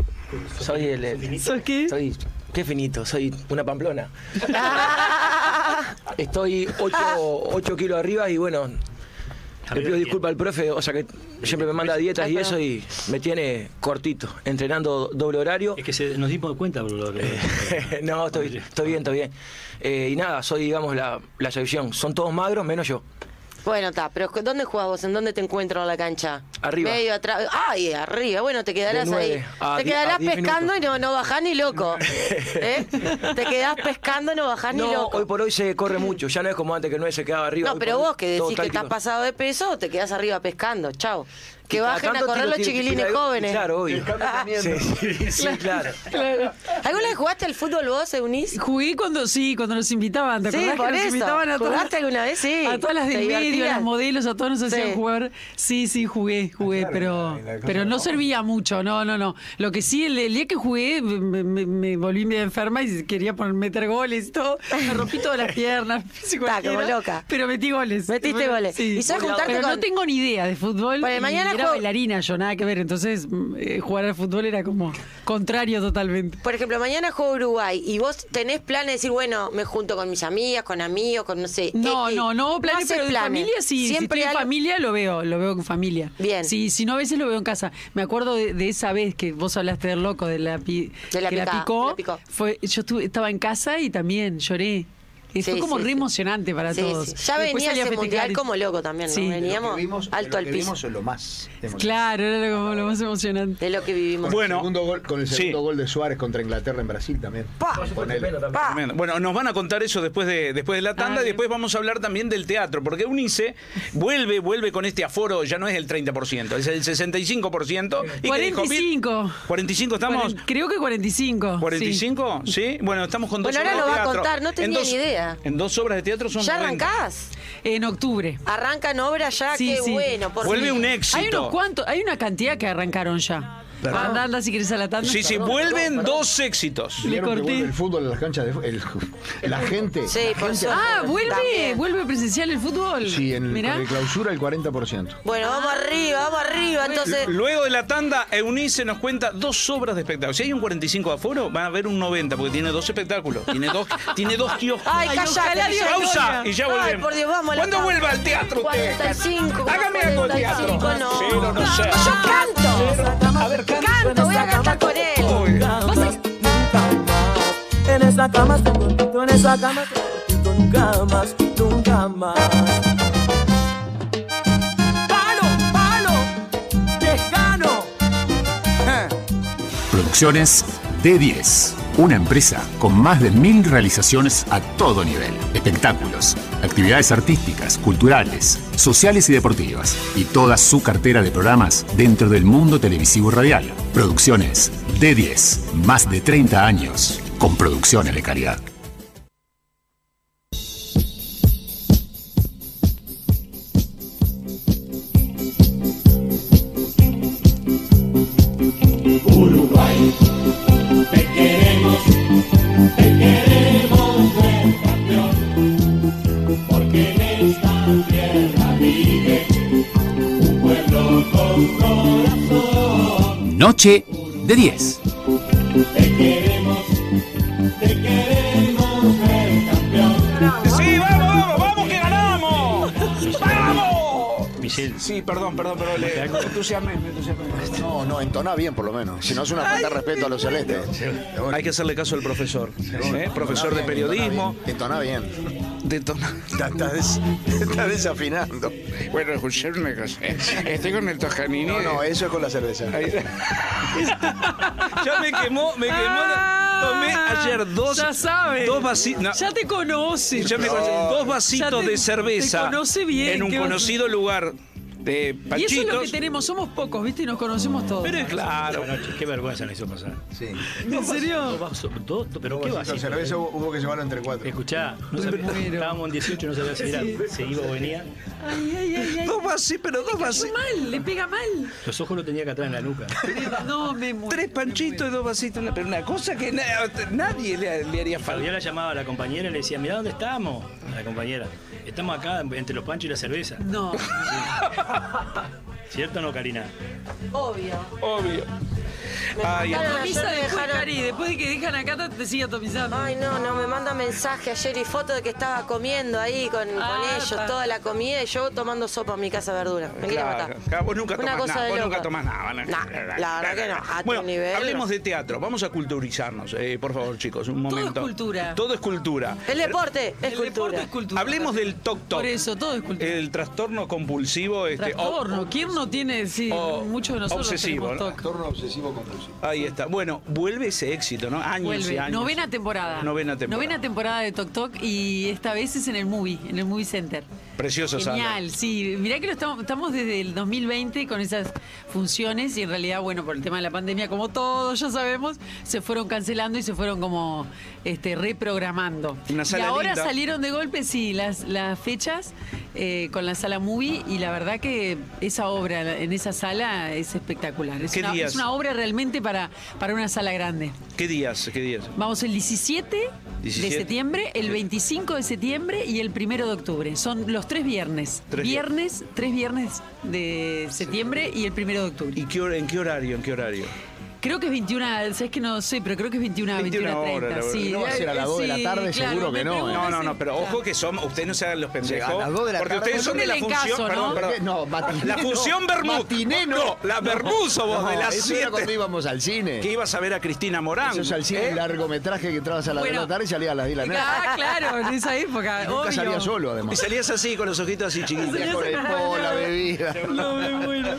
S10: Soy el... el-
S9: ¿Sos qué?
S10: soy... Qué finito, soy una pamplona. Estoy 8 kilos arriba y bueno, le pido disculpas al profe, o sea que siempre me manda dietas y eso y me tiene cortito, entrenando doble horario.
S3: Es que se, nos dimos cuenta, boludo. que-
S10: no, estoy, estoy bien, estoy bien. Eh, y nada, soy, digamos, la, la excepción. Son todos magros menos yo.
S2: Bueno, está, pero ¿dónde jugás vos? ¿En dónde te encuentro en la cancha?
S10: Arriba.
S2: Medio atrás. Ay, arriba. Bueno, te quedarás
S10: De nueve
S2: ahí.
S10: a
S2: te
S10: di-
S2: quedarás
S10: a diez
S2: pescando y no, no bajás ni loco. ¿Eh? Te quedás pescando y no bajás ni
S10: No,
S2: loco.
S10: hoy por hoy se corre mucho, ya no es como antes que no se quedaba arriba.
S2: no,
S10: hoy
S2: pero
S10: por hoy
S2: vos que
S10: todo
S2: decís que
S10: táctico.
S2: estás pasado de peso, te quedás arriba pescando. Chao. Que
S10: Cada
S2: bajen a
S10: tanto
S2: correr los
S10: tiro, tiro, tiro,
S2: chiquilines
S10: tiro,
S2: jóvenes.
S10: Claro, obvio. Sí, sí, sí, claro.
S2: ¿Alguna vez jugaste al fútbol vos, Eunice?
S9: Jugué cuando sí, cuando nos invitaban, ¿te
S2: Sí,
S9: acordás
S2: por
S9: que nos
S2: eso.
S9: invitaban a todas?
S2: ¿Jugaste alguna vez? Sí.
S9: A todas las
S2: ¿Te
S9: del medio, a
S2: divertías?
S9: las modelos, a todos nos hacían
S2: Sí.
S9: jugar. Sí, sí, jugué, jugué, pero, pero no servía mucho, no, no, no. Lo que sí, el, el día que jugué me, me- me volví medio enferma y quería poner, meter goles y todo. Me rompí todas las piernas, hice
S2: Está, como
S9: cualquiera,
S2: loca.
S9: Pero metí goles.
S2: Metiste
S9: Pero-
S2: goles. ¿Y sabes juntarte
S9: pero
S2: con-
S9: no tengo ni idea de fútbol.
S2: Bueno,
S9: y
S2: mañana
S9: era
S2: juego-
S9: bailarina yo, nada que ver. Entonces, mm, eh, jugar al fútbol era como contrario totalmente.
S2: Por ejemplo, mañana juego Uruguay y vos tenés planes de decir, bueno, me junto con mis amigas, con amigos, con no sé.
S9: No,
S2: X.
S9: no, no hago planes,
S2: haces
S9: pero de
S2: eh, planes.
S9: familia sí. si estoy en
S2: algo-
S9: familia lo veo, lo veo con familia.
S2: Bien.
S9: Sí, si no, a veces lo veo en casa. Me acuerdo de, de esa vez que vos hablaste del loco, de la, pi-
S2: De la
S9: que
S2: picada,
S9: la picó.
S2: la picó.
S9: Fue, yo estuve- estaba en casa y también lloré. Y
S2: Sí,
S9: fue como
S2: sí,
S9: re
S2: sí.
S9: emocionante para
S2: Sí,
S9: todos.
S2: sí. Ya
S9: Y después
S2: venía
S9: salí a
S2: ese
S9: festejar
S2: mundial
S9: y-
S2: como loco también, ¿no?
S9: Sí.
S2: Veníamos-
S6: Lo que vimos-
S2: alto
S6: lo
S2: al
S6: que
S2: piso.
S6: vimos es lo más. emocionante.
S9: Claro, era como lo más emocionante.
S2: De lo que vivimos.
S6: Con el
S7: Bueno.
S6: segundo gol, con el
S7: Sí.
S6: segundo gol de Suárez contra Inglaterra en Brasil también.
S2: Pa,
S6: Ponele.
S2: pa.
S7: Tremendo. Bueno, nos van a contar eso después de, después de la tanda
S9: Ah,
S7: y
S9: bien.
S7: después vamos a hablar también del teatro, porque UNICE vuelve, vuelve con este aforo, ya no es el 30%, es el 65%. ¿Y qué dijo Pil?
S9: 45.
S7: ¿45 estamos?
S9: Cuaren- Creo que 45. sí.
S7: ¿45? ¿Sí? Bueno, estamos con dos
S2: Bueno, ahora lo
S7: obras de
S2: va a
S7: teatro.
S2: contar, no
S7: En
S2: tenía
S7: dos-
S2: ni idea.
S7: En dos obras de teatro son
S2: ¿Ya
S7: 90.
S2: arrancás?
S9: En octubre.
S2: Arrancan obras ya,
S9: Sí,
S2: qué
S9: sí.
S2: bueno. por
S7: Vuelve
S2: mí.
S7: un éxito.
S9: Hay unos cuantos, hay una cantidad que arrancaron ya. Anda, anda si quieres a la tanda.
S7: Sí, sí, vuelven dos éxitos.
S9: Le
S6: Vieron que
S9: corté.
S6: vuelve El fútbol en las canchas de fu- el- La gente.
S2: Sí, por suerte.
S9: Ah, vuelve,
S2: También.
S9: vuelve presencial el fútbol.
S6: Sí, en
S9: Mirá.
S6: de clausura el 40%.
S2: Bueno,
S9: Ah.
S2: vamos arriba, vamos arriba. Entonces,
S7: Luego de la tanda, Eunice nos cuenta dos obras de espectáculo. Si hay un 45 de aforo, van a haber un 90, porque tiene dos espectáculos. Tiene dos, tiene dos kioscos.
S2: ay,
S9: Ay,
S2: callate. Villa
S9: ojalá Dios
S2: Gloria.
S7: Pausa y ya
S2: Ay,
S7: volvemos.
S2: por Dios, vamos a la
S7: ¿Cuándo
S2: pausa.
S7: vuelva al teatro usted?
S2: 45.
S7: Hágame algo de teatro.
S2: 45, no.
S7: Cero, no sea.
S2: Yo canto.
S7: A ver, canta.
S2: Canto, voy a cantar con él.
S9: ¿Vos sabés-
S1: En esa cama estoy contigo, en esa cama estoy contigo, nunca más, nunca más. Palo, palo, tejano.
S5: Producciones D10, una empresa con más de mil realizaciones a todo nivel. Espectáculos, actividades artísticas, culturales, sociales y deportivas. Y toda su cartera de programas dentro del mundo televisivo y radial. Producciones D10, más de 30 años con producciones de calidad.
S12: Noche de 10.
S4: ¡Sí, vamos, vamos, vamos que ganamos! ¡Vamos!
S3: Michelle,
S7: Sí, perdón, perdón, pero le me entusiasmé, me entusiasmé.
S6: No, no, entoná bien por lo menos. Si no es una falta de respeto a los celestes. Pero bueno,
S7: Hay que hacerle caso al profesor, ¿eh?
S6: entoná
S7: profesor de
S6: bien,
S7: periodismo,
S6: Entoná bien. entoná bien.
S7: de tono-
S6: Está, está des- está desafinando.
S7: Bueno, escuchar una cosa. Estoy con el Tojanini.
S6: No, no, eso es con la cerveza.
S7: Ya me quemó, me quemó. la- Tomé ayer dos.
S9: Ah, Ya sabe.
S7: Dos vasitos.
S9: Ya te conoce.
S7: Ya me dos
S9: Ya
S7: vasitos
S9: te-
S7: de cerveza.
S9: te conoce bien,
S7: En un
S9: ¿qué vas a-
S7: conocido lugar de
S9: y eso es lo que
S7: Panchitos.
S9: tenemos, somos pocos, ¿viste? Y nos conocemos todos.
S7: Pero es claro.
S3: buenas noches, qué vergüenza nos hizo pasar.
S6: Sí.
S9: ¿En serio?
S3: Dos vasos, dos- dos- pero qué
S6: Con
S3: vasito.
S6: cerveza hubo, hubo que llevarlo entre cuatro.
S3: Escuchá, no sabía- estábamos en 18 no sabía si era, se iba o venía.
S9: Ay, ay, ay, ay.
S7: Dos vasitos, pero dos
S9: Qué
S7: vasitos.
S9: mal, le pega mal.
S3: Los ojos lo tenía que atrás en la nuca.
S9: No, me muero.
S7: Tres panchitos y dos vasitos. Pero una cosa que na- nadie le, le haría falta.
S3: Fabiola llamaba a la compañera y le decía, mirá dónde estamos. A la compañera, estamos acá entre los panchos y la cerveza.
S9: No,
S3: ¿Cierto o no, Karina?
S2: Obvio.
S7: Obvio.
S2: Me
S7: Ay,
S2: mandaron
S9: atomiza
S2: ayer, me
S9: después,
S2: dejaron-
S9: Cari. Después de que dejan a Cata, te sigue atomizando.
S2: Ay, no, no, me manda mensaje ayer y foto de que estaba comiendo ahí con, con
S9: Ah,
S2: ellos,
S9: pa.
S2: toda la comida y yo tomando sopa en mi casa de verdura. Me quiere
S7: Claro.
S2: matar.
S7: Claro, Vos nunca
S2: Una
S7: tomás
S2: cosa
S7: nada.
S2: de
S7: Vos nunca
S2: loco.
S7: tomás nada.
S2: Nah, la verdad que no, a tu
S7: bueno,
S2: nivel,
S7: hablemos
S2: no.
S7: de teatro. Vamos a culturizarnos, eh, por favor, chicos. Un
S9: Todo es
S7: momento.
S9: cultura.
S7: Todo es cultura.
S2: El deporte es
S9: El deporte
S2: cultura.
S9: es cultura.
S7: Hablemos del toc-toc.
S9: Por eso, todo es cultura.
S7: El trastorno compulsivo. Este, Eh, o-
S9: Trastorno. ¿Quién no tiene? Sí,
S7: o-
S9: muchos de nosotros
S7: obsesivo,
S9: tenemos
S7: ¿no?
S9: TOC.
S6: Torno obsesivo compulsivo.
S7: Ahí está. Bueno, vuelve ese éxito, ¿no? Años y
S9: Vuelve.
S7: años.
S9: Novena temporada.
S7: Novena temporada.
S9: Novena temporada de Tok Tok y esta vez es en el movie, en el movie center.
S7: Precioso, Sandra.
S9: Genial, sí. Mirá que lo estamos, estamos desde el 2020 con esas funciones y en realidad, bueno, por el tema de la pandemia, como todos ya sabemos, se fueron cancelando y se fueron como este, reprogramando.
S7: Una sala
S9: y ahora
S7: linda.
S9: salieron de golpe, sí, las, las fechas eh, con la sala movie y la verdad que esa obra en esa sala es espectacular. Es,
S7: ¿Qué
S9: una,
S7: días?
S9: es una obra realmente para, para una sala grande.
S7: ¿Qué días? ¿Qué días?
S9: Vamos el 17,
S7: 17.
S9: de septiembre, el 25 de septiembre y el 1 de octubre. Son los tres viernes.
S7: Tres
S9: viernes, tres viernes de septiembre y el 1 de octubre.
S7: ¿Y qué hor- en qué horario? ¿En qué horario?
S9: Creo que es 21, sabes que no sé, pero creo que es 21 a
S7: 21
S9: 21 a 30.
S7: horas, la
S9: sí,
S7: verdad.
S6: No va a ser a las
S9: eh,
S6: dos de la
S9: sí,
S6: tarde,
S9: claro,
S6: seguro
S9: me
S6: que no,
S9: pregunto
S7: No, no,
S9: si-
S7: no, pero ojo que son, ustedes no se hagan los pendejos.
S6: Sí, a las dos de la
S7: porque
S6: tarde.
S7: ustedes son de la
S9: Ponele en
S7: función.
S9: caso,
S7: perdón,
S9: ¿no?
S7: perdón.
S6: No, matiné
S7: la
S6: no.
S7: función Bermud.
S6: Matiné no.
S7: la Bermuzo vos,
S6: No,
S7: de las
S6: eso
S7: 7.
S6: era cuando íbamos al cine.
S7: Que ibas a ver a Cristina Morán.
S6: Eso es al cine,
S7: ¿eh?
S6: el largometraje que entrabas a las
S9: Bueno.
S6: 2 de la tarde y salías a las 10 de la noche.
S9: Ah, claro, en esa época.
S6: Nunca
S9: obvio.
S6: salía solo,
S7: Y
S6: además.
S7: salías así, con los ojitos así chiquitos.
S9: Salías
S6: Con el
S9: a-
S6: po, la bebida.
S9: No, me muero.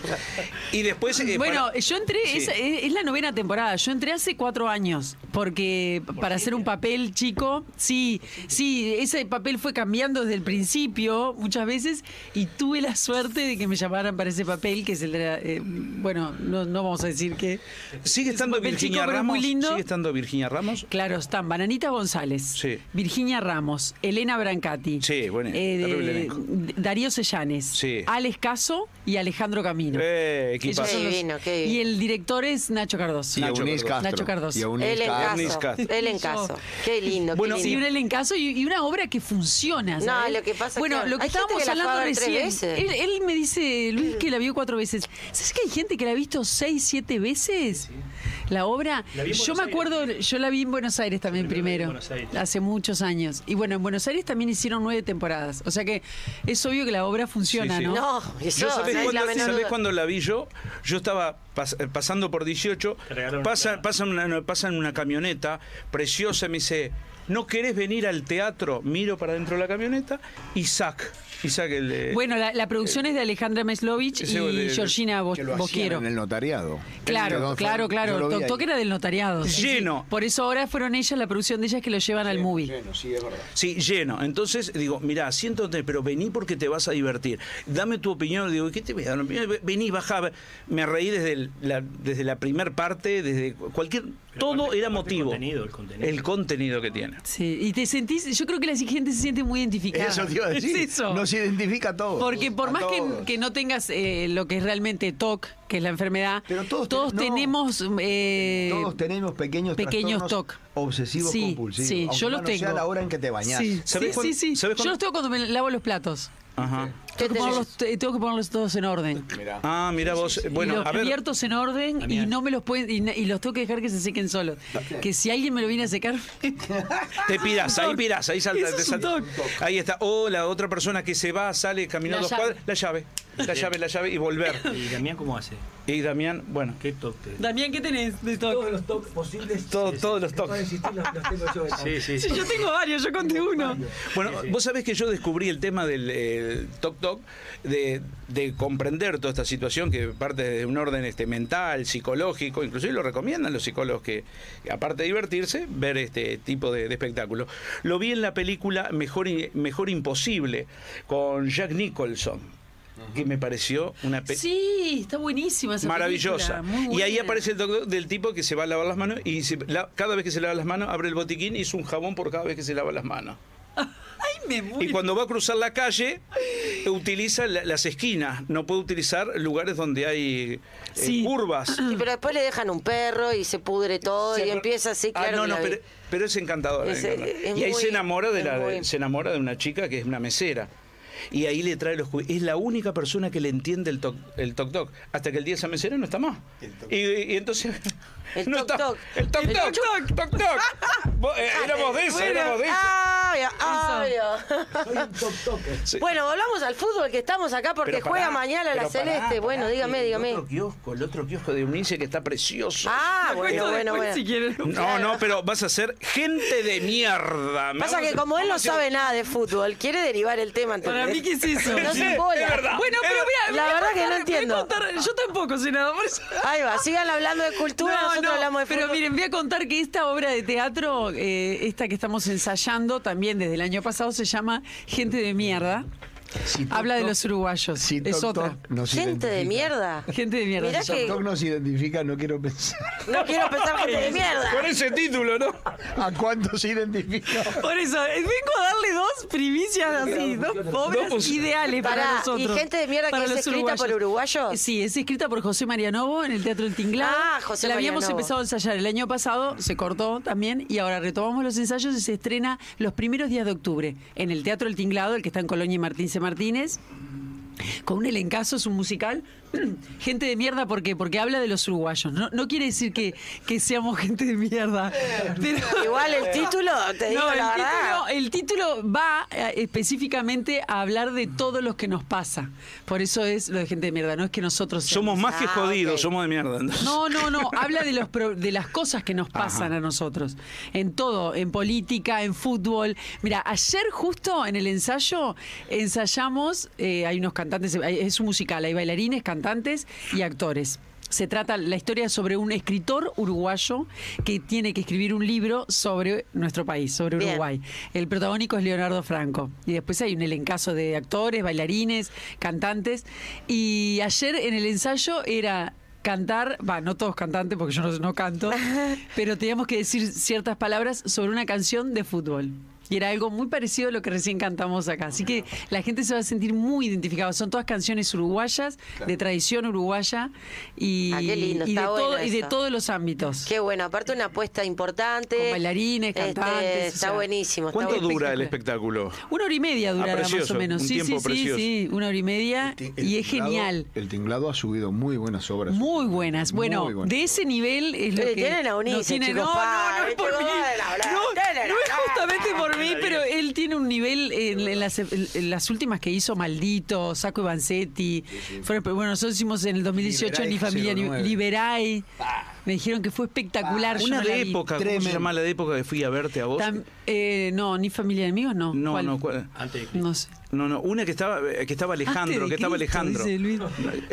S7: Y después. eh,
S9: Bueno,
S7: para-
S9: yo entré,
S7: Sí.
S9: es, es- es la novena temporada, yo entré hace cuatro años, porque para hacer un papel chico, sí, sí, ese papel fue cambiando desde el principio muchas veces y tuve la suerte de que me llamaran para ese papel, que es el de la- eh, bueno, no, no vamos a decir que...
S7: ¿Sigue
S9: es un
S7: estando
S9: papel
S7: Virginia
S9: chico, pero
S7: Ramos?
S9: Muy lindo.
S7: ¿Sigue estando Virginia Ramos?
S9: Claro, están Bananita González,
S7: Sí.
S9: Virginia Ramos, Elena Brancati, eh,
S7: Sí, bueno, terrible elenco.
S9: Darío Sellanes,
S7: Sí.
S9: Alex Caso y Alejandro Camino.
S7: Eh, equipazo.
S9: Ellos son
S2: Qué
S9: los-
S2: divino, qué divino.
S9: Y el director es Nacho Cardoso.
S6: Y a Eunice Castro.
S9: Nacho Cardoso.
S6: Y a Eunice
S2: Él en
S6: Castro.
S2: caso.
S7: Castro.
S2: Él en caso. Qué lindo.
S7: Bueno,
S2: qué
S9: Sí,
S2: lindo.
S9: un elencazo y, y una obra que funciona.
S2: No,
S9: ¿sabes?
S2: lo que pasa es
S9: Bueno,
S2: que
S9: lo que
S2: hay gente
S9: estábamos
S2: que la fue a
S9: hablando
S2: ver tres
S9: recién.
S2: veces.
S9: Él, él me dice, Luis, que la vio cuatro veces. ¿Sabes que hay gente que la ha visto seis, siete veces? La obra.
S3: La vi en
S9: yo
S3: Buenos
S9: me
S3: Aires.
S9: acuerdo, yo la vi en Buenos Aires también
S3: primero la vi en
S9: primero.
S3: Buenos Aires.
S9: Hace muchos años. Y bueno, en Buenos Aires también hicieron nueve temporadas. O sea que es obvio que la obra funciona,
S7: Sí, sí.
S9: ¿no?
S2: No, eso
S7: Yo sabés
S2: no es la
S7: cuándo,
S2: menor
S7: ¿sabés
S2: duda.
S7: cuándo la vi yo? Yo estaba pas- eh, pasando por 18,
S3: Te regalaron
S7: pasan,
S3: una-
S7: pasan, una, no, pasan una camioneta preciosa y me dice, ¿no querés venir al teatro? Miro para dentro de la camioneta y sac. Y sac el de...
S9: Bueno, la, la
S3: Eh,
S9: producción es de Alejandra Meslovich
S7: ese
S9: y
S7: de- de-
S9: Georgina Bo-
S6: Que lo hacían
S9: Bosquiero.
S6: en el notariado.
S9: Claro,
S6: Perdón,
S9: claro,
S6: yo lo
S9: claro.
S6: vi
S9: Toc
S6: ahí.
S9: Toc era del notariado. sí, sí.
S7: Lleno.
S9: Por eso ahora fueron ellas, la producción de ellas, que lo llevan al movie.
S6: Bueno, sí, es verdad.
S7: Sí, lleno. Entonces digo, mirá, siéntate, pero vení porque te vas a divertir. Dame tu opinión. Digo, ¿qué te voy a dar? una opinión? Ve- Vení, bajá. Me reí desde el- la, desde la primer parte, desde cualquier... todo
S3: aparte- aparte
S7: era
S3: el
S7: motivo.
S3: contenido, el contenido.
S7: El contenido que tiene.
S9: Sí, y te sentís, yo creo que la gente se siente muy identificada.
S6: Eso te iba a
S9: Es
S6: decir.
S9: eso.
S6: Nos identifica a todos.
S9: Porque por
S6: A
S9: más que,
S6: todos.
S9: que no tengas eh, lo que es realmente TOC, que es la enfermedad,
S6: Pero todos ten- no.
S9: tenemos... eh,
S6: Todos tenemos pequeos
S9: pequeños
S6: trastornos
S9: TOC.
S6: obsesivos
S9: Sí,
S6: compulsivos.
S9: sí,
S6: aunque
S9: yo los
S6: no sea
S9: tengo.
S6: la hora en que te bañas.
S9: Sí, sí,
S5: ¿Sabés
S9: sí,
S5: cuán-
S9: sí.
S5: sabés
S9: Yo
S5: cuán-
S9: los tengo cuando me lavo los platos.
S5: Ajá.
S9: Tengo que,
S2: tenés?
S9: ponerlos, eh, tengo que ponerlos todos en orden.
S5: Ah, mira vos.
S9: y
S5: Bueno,
S9: los
S5: a ver.
S9: cubiertos en orden y no me los pueden y, na- y los tengo que dejar que se sequen solos. Que si alguien me lo viene a secar,
S5: Te pirás, ahí pirás, ahí salta.
S9: Eso
S5: te
S9: es un
S5: salta. Ahí está. O la otra persona que se va, sale, caminó
S9: La
S5: dos
S9: llave.
S5: cuadras. La llave. La llave, la llave y volver.
S3: ¿Y Damián cómo hace?
S5: Y Damián, bueno.
S3: ¿Qué toc te-
S9: Damián, ¿qué tenés de todo?
S1: los toques posibles.
S5: todo- todos los
S1: No
S5: toques.
S1: existir, los, los tengo yo.
S3: Sí, sí,
S9: Sí,
S3: sí.
S9: yo tengo varios, yo conté uno.
S5: Bueno, vos sabés que yo descubrí el tema del el toc toc, de, de comprender toda esta situación que parte de un orden este, mental, psicológico, inclusive lo recomiendan los psicólogos que, aparte de divertirse, ver este tipo de, de espectáculos. Lo vi en la película Mejor, I- Mejor Imposible con Jack Nicholson, que me pareció una película
S9: Sí, está buenísima esa
S5: maravillosa.
S9: película, muy
S5: y ahí
S9: buena.
S5: aparece el doctor del tipo que se va a lavar las manos y se- la- cada vez que se lava las manos abre el botiquín y es un jabón por cada vez que se lava las manos.
S9: Ay, me muero.
S5: Y cuando va a cruzar la calle, utiliza la- las esquinas, no puede utilizar lugares donde hay eh,
S9: Sí.
S5: curvas.
S2: Sí, pero después le dejan un perro y se pudre todo y empieza así,
S5: Ah,
S2: claro.
S5: no,
S2: que
S5: no,
S2: la vi.
S5: pero, pero es encantador.
S2: Es-
S5: encantador.
S2: es
S5: y ahí
S2: muy-
S5: se enamora de
S2: es
S5: la
S2: muy-
S5: se enamora de una chica que es una mesera. Y ahí le trae los cubi- Es la única persona que le entiende el toc el toc, toc, Hasta que el día esa mesera no está más. Y, y entonces.
S2: El
S5: no
S2: toc,
S5: está-
S2: toc.
S5: El toc
S2: El
S5: toc.
S2: toc,
S5: Toc toc. Vos, eh, éramos de eso, éramos de eso.
S2: Obvio, obvio.
S1: Soy un toc toker.
S5: Sí.
S2: Bueno, volvamos al fútbol que estamos acá porque
S5: Pero
S2: juega
S5: pará,
S2: mañana la
S5: pero pará,
S2: Celeste.
S5: pará,
S2: bueno,
S5: que
S2: dígame, dígame.
S5: El otro kiosco, el otro kiosco de Unice que está precioso.
S2: Ah, bueno, bueno, bueno.
S9: Si quieren.
S5: No, no, pero vas a ser gente de mierda. Me
S2: Pasa
S5: vas a-
S2: que como él no sabe nada de fútbol, quiere derivar el tema.
S9: Para mí, ¿qué es eso?
S2: No
S5: Sí,
S2: se embola.
S5: es verdad.
S9: Bueno, pero mira,
S2: La
S9: voy a
S2: verdad que no
S9: voy a
S2: entiendo.
S9: contar- yo tampoco sé nada, por eso.
S2: Ahí va, sigan hablando de cultura,
S9: No,
S2: nosotros
S9: no,
S2: hablamos de
S9: pero
S2: fútbol.
S9: miren, voy a contar que esta obra de teatro, eh, esta que estamos ensayando también desde el año pasado, se llama Gente de Mierda.
S6: Si toc,
S9: Habla de
S6: toc-
S9: los uruguayos.
S6: si toc,
S9: es
S6: toc
S9: otra.
S6: nos
S2: Gente de
S6: identifica.
S2: mierda.
S9: Gente de mierda.
S2: Mirá
S9: se
S2: que
S6: Toc nos identifica, no quiero pensar.
S2: no quiero pensar gente de mierda.
S5: Con ese título, ¿no?
S6: ¿A cuánto se identifica?
S9: Por eso, eh, vengo a darle dos primicias así, dos obras ideales para,
S2: Pará, ¿y
S9: nosotros.
S2: Gente de Mierda que
S9: para
S2: es
S9: los
S2: escrita por uruguayos?
S9: Sí, es escrita por José Marianovo en el Teatro El Tinglado.
S2: Ah, José
S9: La habíamos
S2: Marianovo.
S9: empezado a ensayar el año pasado, se cortó también, y ahora retomamos los ensayos y se estrena los primeros días de octubre en el Teatro El Tinglado, el que está en Colonia y Martín C. Martínez con un elencazo, es un musical. Gente de mierda, ¿por qué? Porque habla de los uruguayos. No, no quiere decir que, que seamos gente de mierda. pero-
S2: Eh, Igual el título, te digo
S9: el,
S2: la verdad.
S9: título, el título va eh, específicamente a hablar de todos los que nos pasa. Por eso es lo de gente de mierda, no es que nosotros
S5: Somos más que
S2: Ah,
S5: jodidos,
S2: ok.
S5: somos de mierda. entonces.
S9: no, no, no. Habla de, los pro- de las cosas que nos pasan a nosotros. En todo, en política, en fútbol. Mira, ayer justo en el ensayo ensayamos, eh, hay unos cantantes, hay- es un musical, hay bailarines, cantantes y actores. Se trata la historia sobre un escritor uruguayo que tiene que escribir un libro sobre nuestro país, sobre
S2: Bien.
S9: Uruguay. El protagónico es Leonardo Franco. Y después hay un elencazo de actores, bailarines, cantantes. Y ayer en el ensayo era cantar, va, no todos cantantes porque yo no, no canto, pero teníamos que decir ciertas palabras sobre una canción de fútbol. Y era algo muy parecido a lo que recién cantamos acá. Así que la gente se va a sentir muy identificada. Son todas canciones uruguayas, de tradición uruguaya y,
S2: Ah, qué lindo,
S9: y de,
S2: está bueno
S9: todo- y de
S2: eso.
S9: todos los ámbitos.
S2: Qué bueno, aparte una apuesta importante.
S9: Con bailarines,
S2: Este,
S9: cantantes, o
S2: está
S9: sea.
S2: buenísimo. está
S5: ¿Cuánto
S2: buenísimo.
S5: dura el espectáculo?
S9: Una hora y media durará más
S5: Ah, precioso,
S9: o menos.
S5: un
S9: sí, sí,
S5: tiempo
S9: sí,
S5: precioso.
S9: sí, una hora y media. y es genial.
S6: El tinglado ha subido muy buenas obras.
S9: Muy buenas. Bueno,
S6: Muy buenas.
S9: de ese nivel es lo
S2: Pero
S9: que
S2: tienen a Unice,
S9: nos tiene-
S2: chicos,
S9: no,
S2: pa,
S9: no, no es por mí.
S2: chicos, dale,
S9: No,
S2: dale,
S9: no es
S2: dale.
S9: justamente por mí, pero él tiene un nivel en, en las, en las últimas que hizo Maldito, Saco y Vanzetti. Fueron- pero bueno, nosotros hicimos en el 2018
S6: Liberay
S9: ni familia ni
S6: 09.
S9: Liberay. Me dijeron que fue espectacular. yo
S5: Ah, Una
S9: no la
S5: de
S9: vi.
S5: época, ¿cómo
S6: Tremendo.
S5: se llama la de época que fui a verte a vos?
S9: Tam- eh, no, ni familia de amigos, no.
S5: no,
S9: ¿Cuál?
S5: no, ¿cuál?
S3: Antes de que-
S9: No sé.
S5: No, no, una que estaba, eh, que estaba Alejandro,
S9: Antes de
S5: que estaba
S9: Cristo,
S5: Alejandandro.
S9: Ah, dice Luis.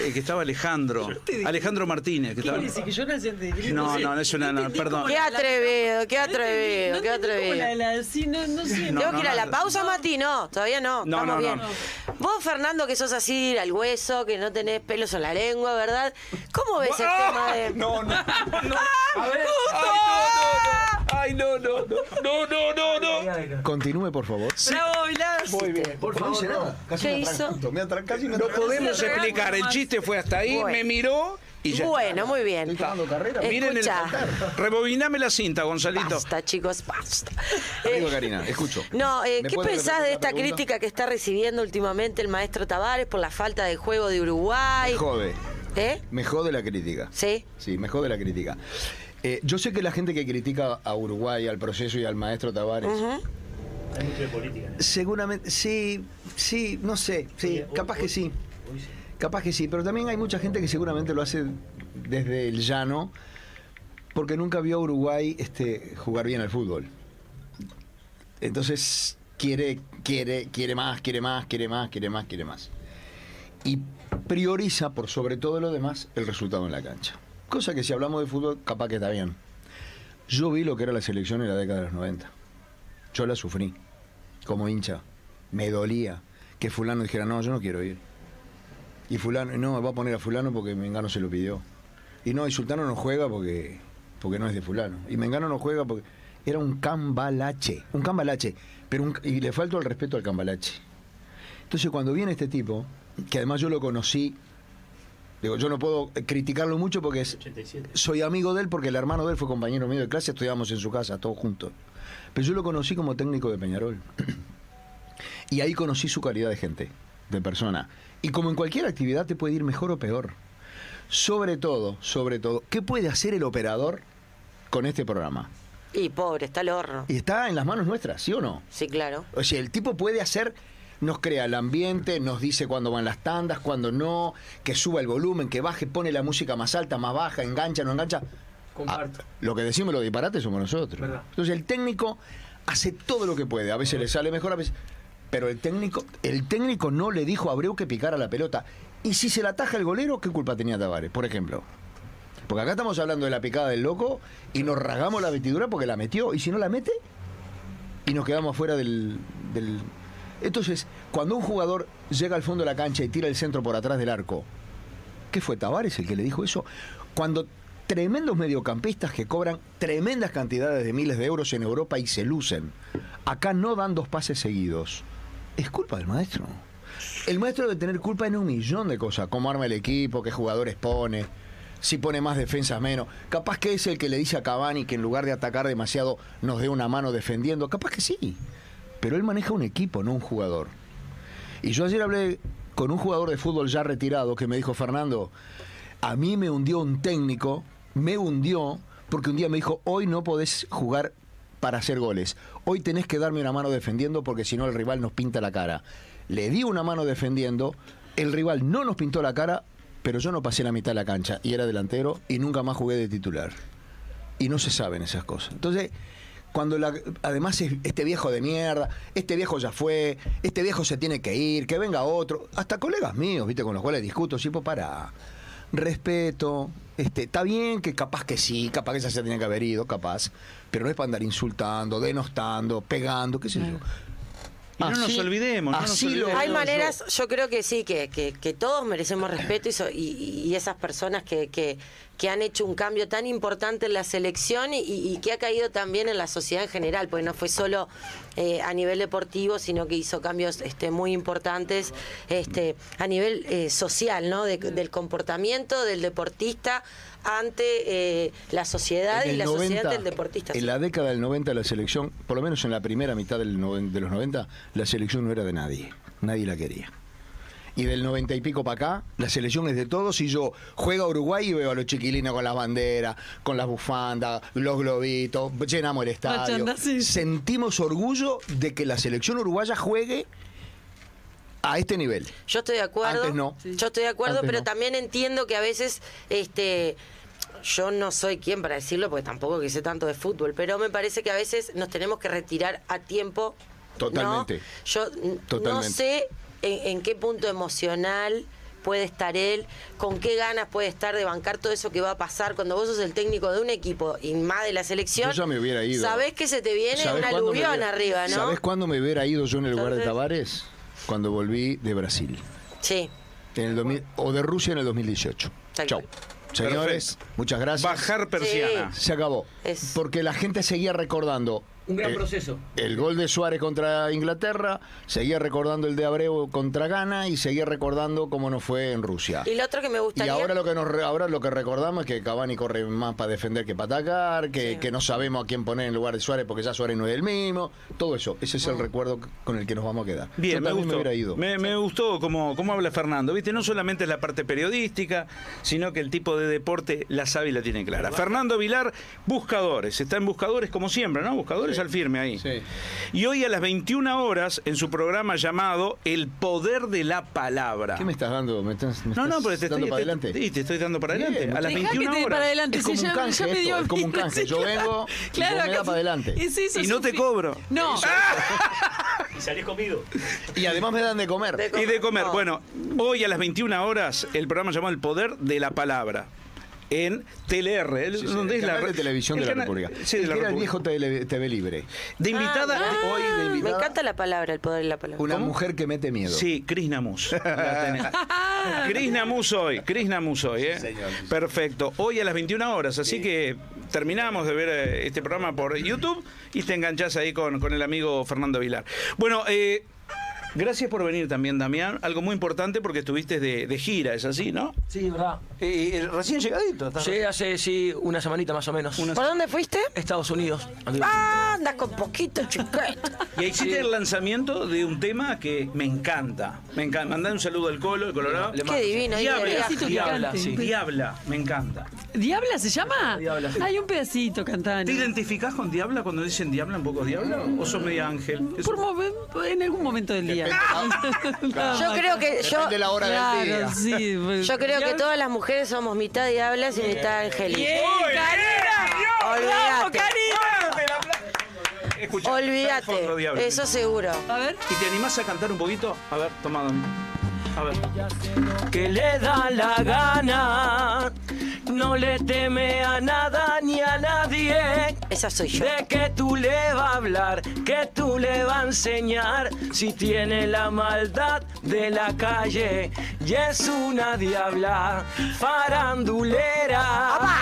S5: Eh, que estaba Alejandro. Alejandro Martínez. Que estaba...
S9: que yo nací antes de
S5: No, no, no es una, no, perdón.
S2: Qué atrevido, qué atrevido, qué atrevido.
S5: No,
S2: Tengo
S5: no,
S2: que ir a
S5: no,
S2: la
S5: no.
S2: pausa, Mati. No, todavía no.
S5: No,
S2: Estamos
S5: no, no,
S2: bien.
S5: no.
S2: Vos, Fernando, que sos así al hueso, que no tenés pelos en la lengua, ¿verdad? ¿Cómo ves el tema de.?
S5: Ah, No, no, no. Ay, no, no, no. Ay, no, no, no. No, no, no, no.
S6: Continúe, por favor.
S9: Bravo, Vilar.
S6: Muy bien. Por favor, no. hice nada. Casi
S2: ¿Qué
S6: me
S2: hizo?
S6: atraganto, Me atraganto, casi me
S5: No
S6: atraganto.
S5: podemos explicar, el chiste fue hasta ahí,
S2: Bueno.
S5: me miró Y ya.
S2: Bueno, muy bien.
S6: Estoy tomando carrera.
S5: Miren el.
S2: Escucha.
S5: Rebobiname la cinta, Gonzalito.
S2: Basta, chicos, basta.
S6: Digo,
S2: Eh,
S6: Karina, escucho.
S2: No, eh,
S6: ¿Me
S2: ¿qué
S6: puedes
S2: pensás
S6: repetir
S2: de
S6: la
S2: esta
S6: pregunta?
S2: crítica que está recibiendo últimamente el maestro Tavares por la falta de juego de Uruguay?
S6: Me jode.
S2: ¿Eh?
S6: Me jode la crítica.
S2: ¿Sí?
S6: Sí, me jode la crítica. Eh, yo sé que la gente que critica a Uruguay, al proceso y al maestro Tavares,
S2: Ujú.
S3: Hay mucho de política. en esto.
S6: seguramente, sí, sí, no sé, sí,
S3: Oye, hoy-
S6: capaz que
S3: hoy-
S6: sí,
S3: hoy sí.
S6: capaz que sí, pero también hay mucha gente que seguramente lo hace desde el llano, porque nunca vio a Uruguay este, jugar bien al fútbol. Entonces quiere, quiere, quiere más, quiere más, quiere más, quiere más, quiere más. Y prioriza por sobre todo lo demás el resultado en la cancha. Cosa que si hablamos de fútbol, capaz que está bien. Yo vi lo que era la selección en la década de los 90. Yo la sufrí como hincha. Me dolía que fulano dijera, no, yo no quiero ir. Y fulano, no, va a poner a fulano porque Mengano se lo pidió. Y no, y Sultano no juega porque, porque no es de fulano. Y Mengano no juega porque... Era un cambalache, un cambalache. Pero un- y le faltó el respeto al cambalache. Entonces cuando viene este tipo, que además yo lo conocí, digo, yo no puedo eh, criticarlo mucho porque es,
S3: 87.
S6: soy amigo de él porque el hermano de él fue compañero mío de clase, estudiábamos en su casa, todos juntos. Pero yo lo conocí como técnico de Peñarol. Y ahí conocí su calidad de gente, de persona. Y como en cualquier actividad te puede ir mejor o peor. Sobre todo, sobre todo, ¿qué puede hacer el operador con este programa?
S2: Y pobre, está el horno.
S6: Y está en las manos nuestras, ¿sí o no?
S2: Sí, claro.
S6: O sea, el tipo puede hacer, nos crea el ambiente, nos dice cuándo van las tandas, cuándo no, que suba el volumen, que baje, pone la música más alta, más baja, engancha, no engancha.
S8: Comparto.
S6: Ah, lo que decimos los disparates somos nosotros.
S8: Verdad.
S6: Entonces el técnico hace todo lo que puede. A veces le sale mejor, a veces. Pero el técnico, el técnico no le dijo a Abreu que picara la pelota. Y si se la ataja el golero, ¿qué culpa tenía Tavares, por ejemplo? Porque acá estamos hablando de la picada del loco y nos rasgamos la vestidura porque la metió. Y si no la mete, y nos quedamos fuera del, del- Entonces, cuando un jugador llega al fondo de la cancha y tira el centro por atrás del arco, ¿qué fue Tavares el que le dijo eso? Cuando tremendos mediocampistas que cobran tremendas cantidades de miles de euros en Europa y se lucen, acá no dan dos pases seguidos, es culpa del maestro. El maestro debe tener culpa en un millón de cosas, cómo arma el equipo, qué jugadores pone, si pone más defensas menos. Capaz que es el que le dice a Cavani que en lugar de atacar demasiado nos dé una mano defendiendo. Capaz que sí. Pero él maneja un equipo, no un jugador. Y yo ayer hablé con un jugador de fútbol ya retirado que me dijo, Fernando, a mí me hundió un técnico, me hundió, porque un día me dijo, hoy no podés jugar para hacer goles. Hoy tenés que darme una mano defendiendo porque si no el rival nos pinta la cara. Le di una mano defendiendo, el rival no nos pintó la cara, pero yo no pasé la mitad de la cancha y era delantero y nunca más jugué de titular. Y no se saben esas cosas. Entonces, cuando la, además es- este viejo de mierda, este viejo ya fue, este viejo se tiene que ir, que venga otro, hasta colegas míos, viste, con los cuales discuto, tipo, para respeto, este, está bien que capaz que sí, capaz que esa se tenía que haber ido, capaz, pero no es para andar insultando, denostando, pegando, qué sé yo.
S5: Y no nos olvidemos, no nos
S6: así lo
S5: olvidemos.
S2: Hay
S6: veo
S2: maneras, yo creo que sí, que, que- que todos merecemos respeto y, so- y- y esas personas que, que- que han hecho un cambio tan importante en la selección y, y que ha caído también en la sociedad en general, porque no fue solo eh, a nivel deportivo, sino que hizo cambios este, muy importantes este, a nivel eh, social, ¿no? De- del comportamiento del deportista ante eh, la sociedad
S6: En
S2: y
S6: el
S2: la
S6: 90,
S2: sociedad del deportista.
S6: En la década del 90 la selección, por lo menos en la primera mitad del noven- de los 90, la selección no era de nadie. Nadie la quería. Y del 90 y pico para acá, la selección es de todos y yo juego a Uruguay y veo a los chiquilinos con las banderas, con las bufandas, los globitos, llenamos el estadio.
S9: Merchandising.
S6: Sentimos orgullo de que la selección uruguaya juegue a este nivel.
S2: Yo estoy de acuerdo.
S6: Antes no.
S2: Yo estoy de acuerdo,
S6: Antes
S2: pero
S6: no.
S2: también entiendo que a veces este yo no soy quien para decirlo porque tampoco que sé tanto de fútbol, pero me parece que a veces nos tenemos que retirar a tiempo. ¿no?
S6: Totalmente.
S2: Yo n-
S6: Totalmente.
S2: no sé en, en qué punto emocional puede estar él, con qué ganas puede estar de bancar todo eso que va a pasar cuando vos sos el técnico de un equipo y más de la selección.
S6: Yo ya me hubiera ido.
S2: Sabés que se te viene
S6: ¿Sabés
S2: un
S6: cuándo me
S2: aluvión
S6: hubiera-
S2: arriba, ¿no?
S6: ¿Sabés cuándo me hubiera ido yo en el lugar de
S2: Entonces-
S6: Tavares? Cuando volví de Brasil.
S2: Sí.
S6: En el 2000 o de Rusia en el 2018.
S2: Tal
S6: Chau.
S2: cual.
S6: Señores, muchas gracias.
S5: Bajar persiana.
S6: Se acabó.
S2: Es-
S6: Porque la gente seguía recordando
S10: Un gran
S6: Eh,
S10: proceso.
S6: El gol de Suárez contra Inglaterra, seguía recordando el de Abreu contra Ghana y seguía recordando cómo nos fue en Rusia.
S2: Y lo otro que me
S6: Y
S2: gustaría.
S6: ahora lo que nos re- ahora lo que recordamos es que Cavani corre más para defender que para atacar, que,
S2: Sí.
S6: que no sabemos a quién poner en lugar de Suárez porque ya Suárez no es el mismo, todo eso, ese es el recuerdo con el que nos vamos a quedar.
S5: Bien,
S6: Yo
S5: me
S6: también
S5: gustó.
S6: hubiera ido.
S5: Me, me gustó cómo, cómo habla Fernando. Viste, no solamente es la parte periodística, sino que el tipo de deporte la sabe y la tiene clara. Fernando Vilar, buscadores. Este Está en buscadores como siempre, ¿no? Buscadores al firme ahí.
S6: Sí.
S5: Y hoy a las 21 horas, en su programa llamado El Poder de la Palabra.
S6: ¿Qué me estás dando? ¿Me estás, me
S5: No, no,
S6: estás
S5: porque te estoy,
S6: dando para
S5: te-
S6: adelante?
S5: sí, te estoy dando para adelante.
S6: Bien,
S5: a las
S9: Dejá que
S5: 21
S9: te dé
S5: horas.
S9: para adelante.
S6: Es
S9: si
S6: como
S9: ya,
S6: un canje
S9: ya me
S6: esto,
S9: dio
S6: es como un canje. Yo vengo y vos me
S9: acá
S6: das para adelante.
S9: es eso,
S5: Y
S9: es
S5: no
S9: un
S5: te
S9: fi-
S5: cobro.
S9: No,
S3: Y salís comido.
S6: Y además me dan de comer.
S5: Y de comer.
S2: No.
S5: Bueno, hoy a las 21 horas el programa llamado El Poder de la Palabra. En TLR, el-
S6: Sí, sí,
S5: donde
S6: el
S5: es la
S6: canal
S5: re-
S6: de televisión
S5: el
S6: de la
S5: canal-
S6: República.
S5: Sí,
S6: El
S5: de la
S6: que era el
S5: República.
S6: viejo tele- TV Libre.
S5: De invitada,
S2: Ah,
S6: Hoy de
S2: me
S6: invitada,
S2: encanta la palabra, el poder de la palabra.
S6: una
S5: ¿Cómo?
S6: mujer que mete miedo.
S5: Sí, Cris Namus. La tenés. Cris Namus hoy, Cris Namus hoy, ¿eh? Perfecto. Hoy a las 21 horas, así que terminamos de ver eh, este programa por YouTube y te enganchás ahí con, con el amigo Fernando Vilar. Bueno, eh, gracias por venir también, Damián. Algo muy importante porque estuviste de, de gira, ¿es así, no?
S10: Sí, es verdad.
S5: Eh, eh, recién llegadito. estás-
S10: Llegué hace, sí, una semanita más o menos.
S2: ¿Por dónde fuiste?
S10: Estados Unidos. amigo.
S2: Ah, andas con poquito, chiquito.
S5: Y ahí hiciste
S10: Sí.
S5: el lanzamiento de un tema que me encanta. Me encanta. Mandá un saludo al Colo, al Colorado.
S10: Le
S2: Qué
S10: mando-
S2: divino, ahí de
S5: Diabla,
S2: viaje.
S9: Pedacito que
S5: Diabla,
S9: cante.
S5: sí. Diabla, me encanta.
S9: ¿Diabla se llama?
S10: Diabla, sí.
S9: Hay un pedacito cantando.
S5: ¿Te identificás con Diabla cuando dicen Diabla, un poco Diabla? ¿O sos media ángel?
S9: Por mo- en algún momento del día.
S2: Yo creo que yo,
S6: Depende de la hora
S9: claro,
S6: del día.
S9: sí. pues,
S2: yo creo que
S9: Diabla-
S2: todas las mujeres somos mitad diablas y mitad angelitas.
S9: ¡Bien, Karina! ¡Bravo,
S2: Olvídate.
S9: Karina!
S5: Escuchá, está de fondo, Diabla.
S2: Olvídate, eso seguro.
S9: A ver.
S5: ¿Y te animás a cantar un poquito? A ver, toma, Dami. A ver.
S10: que le da la gana. No le teme a nada ni a nadie.
S2: Esa soy yo.
S10: De que tú le va a hablar, que tú le va a enseñar si tiene la maldad de la calle y es una diabla farandulera.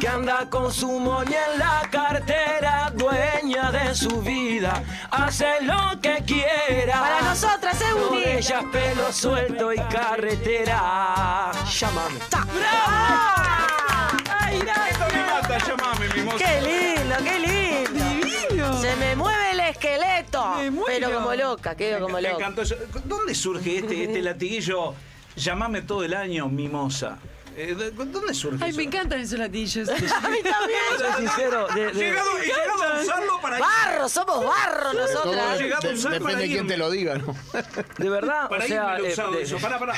S10: Que anda con su moña en la cartera, dueña de su vida, hace lo que quiera.
S2: Para nosotras es un
S10: Con
S2: día.
S10: ellas pelo suelto y carretera. Llámame.
S2: ¡Ah!
S9: ¡Ay, gracias!
S5: Mata, llamame, mimosa.
S2: ¡Qué lindo, qué lindo!
S9: ¡Divino!
S2: Se me mueve el esqueleto.
S9: Me muero.
S2: Pero como loca, quedo como
S5: Me
S2: loca.
S5: encantó eso. ¿Dónde surge este, este latiguillo? Llamame todo el año, mimosa. Eh, ¿de- ¿Dónde surge
S9: Ay,
S5: eso?
S9: me encantan esos latillos.
S10: Soy sincero, de- de-
S5: Llegado, he llegado a usarlo para...
S2: Barro, somos barro
S6: Todo
S2: nosotras.
S6: de-
S5: Llegado un saco
S6: depende
S5: para
S6: de quién
S5: irme.
S6: te lo diga, ¿no?
S10: de verdad,
S5: Para
S10: o sea,
S5: irme lo
S10: eh,
S5: usado
S10: de-
S5: eso. Pará, pará.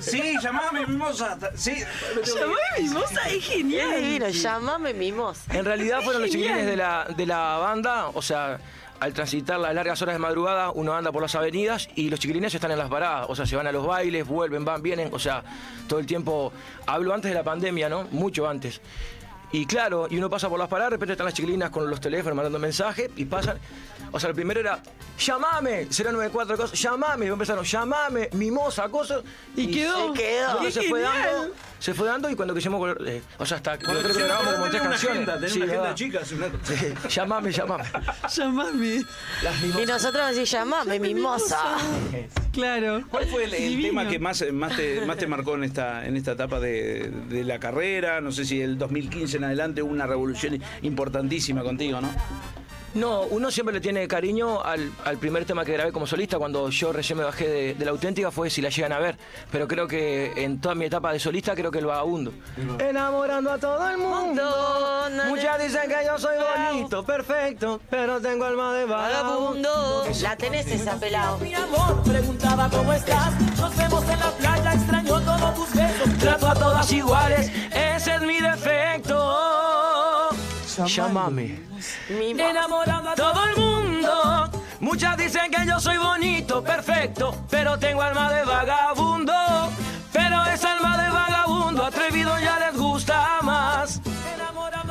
S5: Sí, llamame, mimosa. Sí. me tengo que ir.
S9: Llamame mimosa, es
S2: Qué divino,
S9: genial.
S2: llamame mimosa.
S10: En realidad fueron los
S9: Genial.
S10: chiquilines de la, de la banda, o sea, al transitar las largas horas de madrugada, uno anda por las avenidas y los chiquilines están en las paradas, o sea, se van a los bailes, vuelven, van, vienen, o sea, todo el tiempo, hablo antes de la pandemia, ¿no? Mucho antes. Y claro, y uno pasa por las paradas, de repente están las chiquilinas con los teléfonos mandando mensajes y pasan. O sea, el primero era, llamame, 094 cosas, llamame, y empezaron, llamame, mimosa, cosas.
S9: Y quedó.
S2: se quedó.
S10: Cuando
S9: ¡Qué
S10: se fue
S9: genial!
S10: dando, se fue dando y cuando quisimos volver, eh, o sea, hasta
S5: Bueno,
S10: yo creo que
S5: sí,
S10: grabamos como
S5: tenés
S10: tres
S5: una
S10: canciones.
S5: agenda, tenés
S10: Sí,
S5: una agenda
S10: ¿verdad?
S5: de chicas. una-
S10: Sí, llamame, llamame.
S9: Llamame.
S2: Y nosotros decís, llamame mimosa.
S9: Claro.
S5: ¿Cuál fue el, el
S9: Divino.
S5: tema que más, más, te, más te marcó en esta, en esta etapa de, de la carrera? No sé si el 2015 en adelante hubo una revolución importantísima contigo, ¿no?
S10: Ah. No, uno siempre le tiene cariño al, al primer tema que grabé como solista cuando yo recién me bajé de, de la auténtica fue Si la llegan a ver. Pero creo que en toda mi etapa de solista creo que el vagabundo. Enamorando a todo el mundo.
S2: Mundo, na,
S10: Muchas
S2: na.
S10: dicen que yo soy bonito, perfecto, pero tengo alma de vagabundo.
S2: Vagabundo. La tenés esa pelado.
S1: Mi amor preguntaba cómo estás. Nos vemos en la playa, extraño todos tus besos.
S10: Trato a todas iguales, ese es mi defecto. Llámame.
S2: Mimosa.
S10: enamorando a todo el mundo. Muchas dicen que yo soy bonito, perfecto, pero tengo alma de vagabundo. Pero es alma de vagabundo, atrevido ya les gusta más.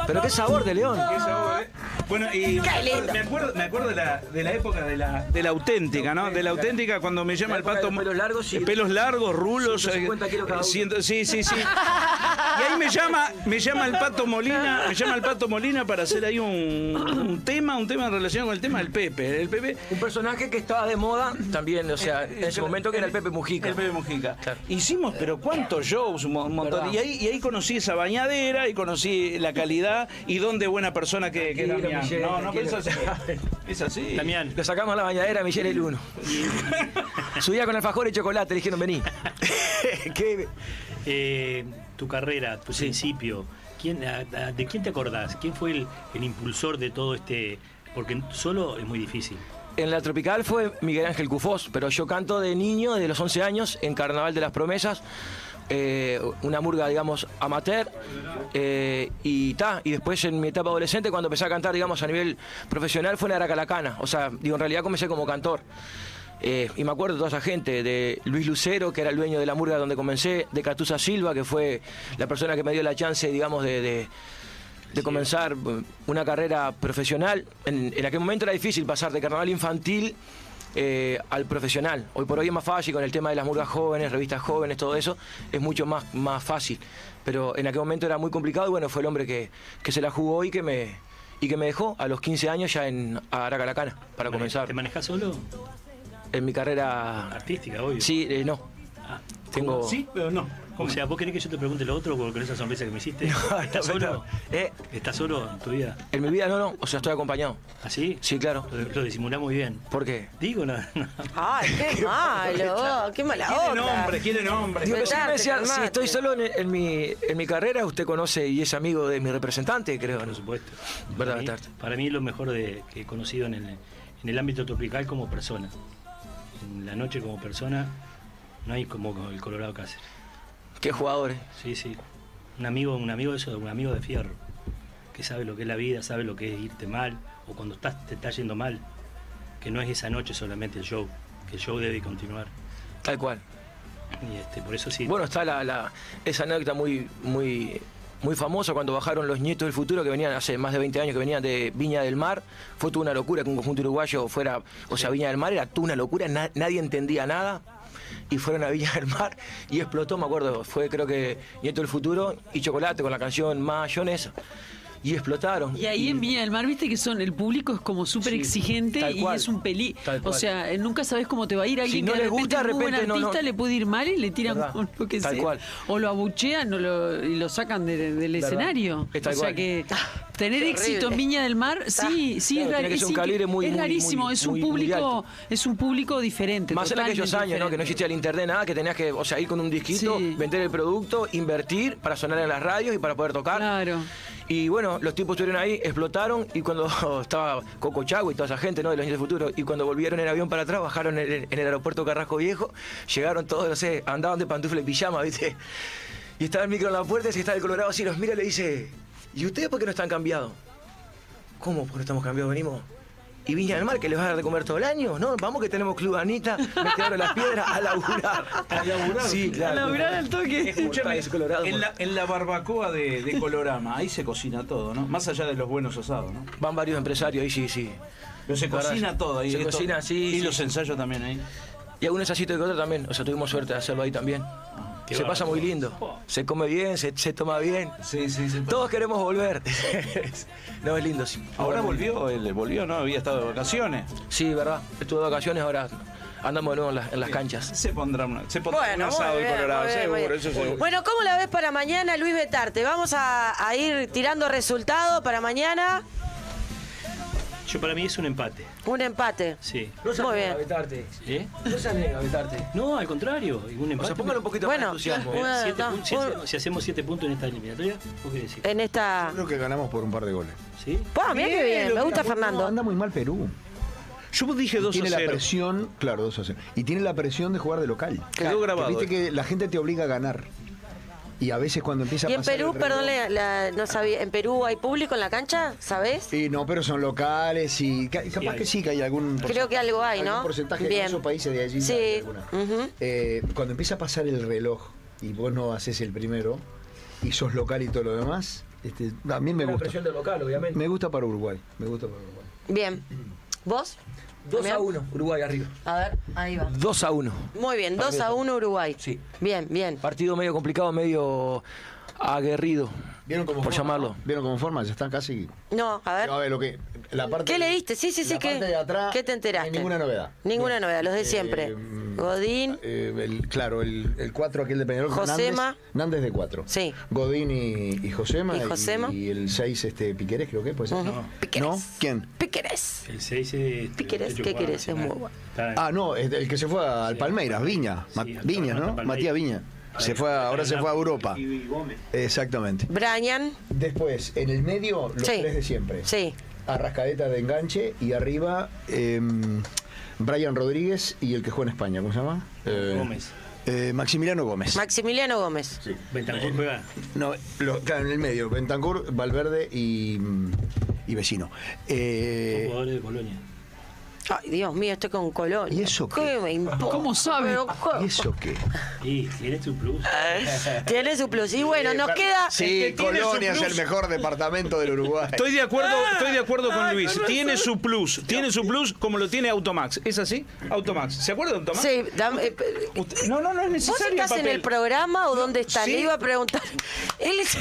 S10: Pero qué sabor de león.
S5: ¿eh? Bueno, y
S2: Qué lindo.
S5: me acuerdo, me acuerdo de, la, de la época de la, de la auténtica, ¿no? De la auténtica cuando me llama
S10: La
S5: el
S10: época
S5: pato.
S10: de los pelos largos y-
S5: pelos largos, rulos.
S10: 150
S5: eh,
S10: kilos cada uno.
S5: ciento- sí, sí, sí.
S7: Y ahí me llama, me llama el Pato Molina, me llama el Pato Molina para hacer ahí un, un tema, un tema en relación con el tema del Pepe. El Pepe
S10: Un personaje que estaba de moda también, o sea, en ese momento que era el Pepe Mujica.
S7: El Pepe Mujica.
S10: Claro.
S7: Hicimos, pero cuántos shows, un mon- montón.
S10: Verdad.
S7: Y ahí, y ahí conocí esa bañadera y conocí la calidad y dónde buena persona que, que
S10: Tranquilo,
S7: Damián.
S10: Michelle,
S7: No, no, pero es
S10: tranquilo.
S7: así. Es así.
S3: Damián,
S10: Lo sacamos a la bañadera, Michelle el uno. Subía con alfajor y chocolate, le dijeron vení.
S7: Qué-
S3: eh, tu carrera, tu principio, ¿quién, a- a- ¿de quién te acordás? ¿Quién fue el, el impulsor de todo este...? Porque solo es muy difícil.
S10: En la Tropical fue Miguel Ángel Cufós, pero yo canto de niño, desde los 11 años, en Carnaval de las Promesas, eh, una murga, digamos, amateur, eh, y ta, y después en mi etapa adolescente, cuando empecé a cantar, digamos, a nivel profesional, fue en Aracalacana, o sea, digo, en realidad comencé como cantor. Eh, y me acuerdo de toda esa gente, de Luis Lucero, que era el dueño de la murga donde comencé, de Catusa Silva, que fue la persona que me dio la chance, digamos, de- de, de comenzar eh, una carrera profesional. En, en aquel momento era difícil pasar de carnaval infantil eh, al profesional. Hoy por hoy es más fácil con el tema de las murgas jóvenes, revistas jóvenes, todo eso, es mucho más, más fácil. Pero en aquel momento era muy complicado y bueno, fue el hombre que, que se la jugó y que me, y que me dejó a los 15 años ya en Aracalacana para comenzar
S3: ¿Te manejás solo?
S10: en mi carrera.
S3: Artística, obvio.
S10: Sí, eh, no.
S3: Ah,
S10: Tengo...
S3: Sí, pero no. O sea, ¿vos querés que yo te pregunte lo otro con con esa sonrisa que me hiciste? ¿Estás
S10: Ah, No,
S3: solo?
S10: eh,
S3: ¿Estás solo en tu vida?
S10: en mi vida no, no. O sea, estoy acompañado.
S3: ¿Así?
S10: Sí, claro.
S3: Lo, lo disimulás muy bien.
S10: ¿Por qué?
S3: Digo, no, no.
S2: Ay, qué malo, vos, qué mala
S7: Tiene
S2: onda.
S7: nombre, tiene nombre.
S10: Digo, si me
S2: Calmate,
S10: decía, si
S2: calmate.
S10: estoy solo en, en mi, en mi carrera, usted conoce y es amigo de mi representante, creo. ¿no?
S3: por supuesto.
S10: Verdad,
S3: para, mí,
S10: Tarta.
S3: para mí lo mejor de, que he conocido en el, en el ámbito tropical como persona. En la noche como persona, no hay como el Colorado Cáceres.
S10: Qué jugador, eh.
S3: Sí, sí. Un amigo, un amigo de eso, un amigo de fierro, que sabe lo que es la vida, sabe lo que es irte mal, o cuando estás, te está yendo mal, que no es esa noche solamente el show, que el show debe continuar.
S10: Tal cual.
S3: Y este, por eso sí.
S10: Bueno, está la, la- esa anécdota muy, muy, muy famosa cuando bajaron los nietos del futuro que venían hace más de 20 años, que venían de Viña del Mar. Fue toda una locura que un conjunto uruguayo fuera, o sea, Viña del Mar era toda una locura, na- nadie entendía nada. Y fueron a Viña del Mar y explotó, me acuerdo, fue creo que Nieto del Futuro y Chocolate con la canción Mayonesa. Y explotaron.
S9: Y ahí en Viña del Mar, viste que son, el público es como súper
S10: Sí,
S9: exigente
S10: tal
S9: y
S10: cual,
S9: es un peli.
S10: tal
S9: O
S10: cual.
S9: sea, eh, nunca sabes cómo te va a ir alguien
S10: no
S9: que
S10: le
S9: de repente,
S10: gusta, de
S9: es muy buen
S10: repente no,
S9: artista
S10: no.
S9: le puede ir mal y le tiran
S10: Verdad,
S9: con lo que
S10: tal
S9: sea.
S10: cual.
S9: O lo abuchean o lo, y lo sacan de- del
S10: Verdad,
S9: escenario.
S10: es tal
S9: o sea
S10: cual. Ah,
S9: que tener
S2: Qué
S9: éxito en
S2: horrible.
S9: Viña del Mar, sí, sí,
S10: Claro,
S9: es,
S10: tiene que ser un
S9: sí,
S10: calibre muy-
S9: es
S10: muy-
S9: rarísimo,
S10: muy-
S9: es un
S10: muy- muy
S9: público,
S10: alto.
S9: es un público diferente.
S10: Más en
S9: totalmente
S10: aquellos años, ¿no? Que no
S9: diferente.
S10: existía el internet, nada, que tenías que, o sea, ir con un disquito,
S9: Sí.
S10: vender el producto, invertir para sonar en las radios y para poder tocar.
S9: Claro.
S10: Y bueno, los tipos estuvieron ahí, explotaron y cuando estaba Coco Chago y toda esa gente, ¿no? De los años del futuro, y cuando volvieron en avión para atrás, bajaron en el, en el aeropuerto Carrasco Viejo, llegaron todos, no sé, andaban de pantufla y pijama, ¿viste? Y estaba el micro en la puerta y estaba el colorado así, los mira y le dice, ¿y ustedes por qué no están cambiados? ¿Cómo? ¿Por qué no estamos cambiados? Venimos. ¿Y Viña del Mar, que les va a dar de comer todo el año? No, vamos que tenemos Club Anita, me quedaron las piedras a laburar.
S7: A laburar.
S10: Sí, claro.
S9: Laburar al toque.
S7: Escúchame,
S10: Mortales, Colorado,
S7: en la, en la barbacoa de, de Colorama, ahí se cocina todo, ¿no? Más allá de los buenos asados, ¿no?
S10: Van varios empresarios ahí, sí, sí.
S7: Pero se
S10: Verdad,
S7: cocina todo ahí.
S10: se
S7: esto-
S10: cocina, sí,
S7: Y
S10: sí.
S7: los ensayos también ahí.
S10: Y algún ensayito que otro también. O sea, tuvimos suerte de hacerlo ahí también.
S3: qué
S10: Se pasa
S3: bárbaro.
S10: muy lindo. Se come bien, se, se toma bien.
S7: Sí, sí, sí.
S10: Todos queremos volver. no, es lindo, sí.
S7: Ahora volvió, él volvió, ¿no? Había estado de vacaciones.
S10: Sí, verdad. Estuve de vacaciones, ahora andamos de nuevo en, las- en las canchas.
S7: Se pondrá, una, se pondrá
S2: Bueno,
S7: un
S2: muy
S7: asado de
S2: bien,
S7: Colorado,
S2: muy bien, muy
S7: seguro,
S2: bien.
S7: eso seguro.
S2: Bueno, ¿cómo la ves para mañana, Luis Betarte? Vamos a, a ir tirando resultado para mañana.
S3: Yo para mí es un empate,
S2: Un empate.
S3: sí.
S2: Muy bien.
S10: Betarte.
S3: ¿Eh?
S10: No se anega a Betarte.
S3: No, al contrario, un
S10: O
S3: empate.
S10: sea, póngale un poquito
S2: Bueno,
S10: más de entusiasmo.
S2: bueno,
S3: ¿eh? Siete
S2: está.
S3: puntos, si,
S2: Bueno.
S3: hacemos- si hacemos 7 puntos en esta eliminatoria, ¿vos qué decís?
S2: En
S5: Ah.
S2: esta.
S6: Creo que ganamos por un par de goles.
S3: ¿Sí?
S2: ¡Pah, mira qué bien! Me gusta
S6: No,
S2: Fernando.
S6: anda muy mal Perú.
S7: Yo dije 2 a
S6: Tiene la
S7: 0.
S6: presión, claro, 2 a 0. Y tiene la presión de jugar de local.
S7: Quedó grabado.
S6: Que viste que la gente te obliga a ganar. Y a veces cuando empieza
S2: Y
S6: a
S2: en
S6: pasar
S2: Perú,
S6: el reloj-
S2: perdón, la- la- no sabía. ¿En Perú hay público en la cancha? ¿Sabés?
S6: Y no, pero son locales y ca- capaz
S3: hay.
S6: que sí que hay algún
S2: Creo que algo hay, ¿no?
S6: algún porcentaje
S2: Bien.
S6: de esos países de allí.
S2: Sí.
S6: hay alguna.
S2: Ujú.
S6: Eh, cuando empieza a pasar el reloj y vos no haces el primero y sos local y todo lo demás, este, a mí me gusta.
S10: del local, obviamente.
S6: Me gusta para Uruguay, me gusta para Uruguay.
S2: Bien. ¿Vos?
S10: 2 a 1, Uruguay arriba.
S2: A ver, ahí
S6: Mm.
S2: va.
S10: 2 a 1.
S2: Muy bien, 2 a 1 Uruguay.
S10: Sí.
S2: Bien, bien.
S10: Partido medio complicado, medio aguerrido.
S6: ¿Vieron cómo
S10: Por
S6: forma?
S10: llamarlo.
S6: ¿Vieron cómo forma? Ya están casi.
S2: No, a ver.
S6: No, a ver, lo que. La parte,
S2: ¿Qué leíste? Sí, sí, sí,
S6: la
S2: ¿qué-
S6: parte de atrás,
S2: qué te enteraste?
S6: no hay Ninguna novedad.
S2: Ninguna novedad, los de siempre.
S6: mm,
S2: Godín.
S6: eh, el- claro, el, el 4 aquel de Peñarol.
S2: Josema.
S6: Nández, Nández de 4.
S2: Sí.
S6: Godín y, y Josema.
S2: Y Josema.
S6: Y, el 6, este, Piquerés, creo que. Pues,
S2: Ujú.
S6: no.
S2: Piquerés.
S6: ¿No? ¿Quién?
S2: ¿Qué querés?
S3: El 6 es. este,
S2: ¿Qué querés? ¿Qué querés? Es muy bueno.
S6: Ah, no, es el que se fue al Palmeiras, Viña. Ma-
S3: Sí,
S6: Viña, ¿no?
S3: Palmeiras.
S6: Matías Viña. Se fue a- ahora se fue a Europa.
S3: Y Gómez.
S6: Exactamente.
S2: Brian.
S6: Después, en el medio, los
S2: Sí.
S6: tres de siempre.
S2: Sí.
S6: Arrascadeta de enganche y arriba em, Brian Rodríguez y el que juega en España, ¿cómo se llama? Eh,
S3: Gómez.
S6: eh, Maximiliano Gómez.
S2: Maximiliano Gómez.
S6: Sí. Eh,
S3: Bentancur juega.
S6: No, lo- claro, en el medio, Bentancur, Valverde y, mm, y Vecino.
S3: Son
S6: Eh,
S3: jugadores de Colonia.
S2: Ay, Dios mío, estoy con Colón.
S6: ¿Y eso
S2: qué?
S6: qué?
S2: me importa?
S9: ¿Cómo sabe?
S2: Pero,
S6: ¿Y eso qué?
S3: Y tiene su plus.
S2: Ah, Tiene su plus. Y bueno,
S6: Eh,
S2: nos
S6: per-
S2: queda.
S6: Sí,
S4: que tiene su
S6: Colonia es
S4: plus.
S6: el mejor departamento del Uruguay.
S7: Estoy de acuerdo,
S2: Ah.
S7: estoy de acuerdo con Luis. Tiene su plus, tiene su plus como lo tiene Automax. ¿Es así? Automax. ¿Se acuerda de Automax?
S2: Sí, dame- eh,
S7: Usted- No, no, no es
S2: ¿Vos
S7: necesario. el
S2: estás en
S7: papel.
S2: el programa o dónde estás?
S7: sí.
S2: Le iba a preguntar. Él es-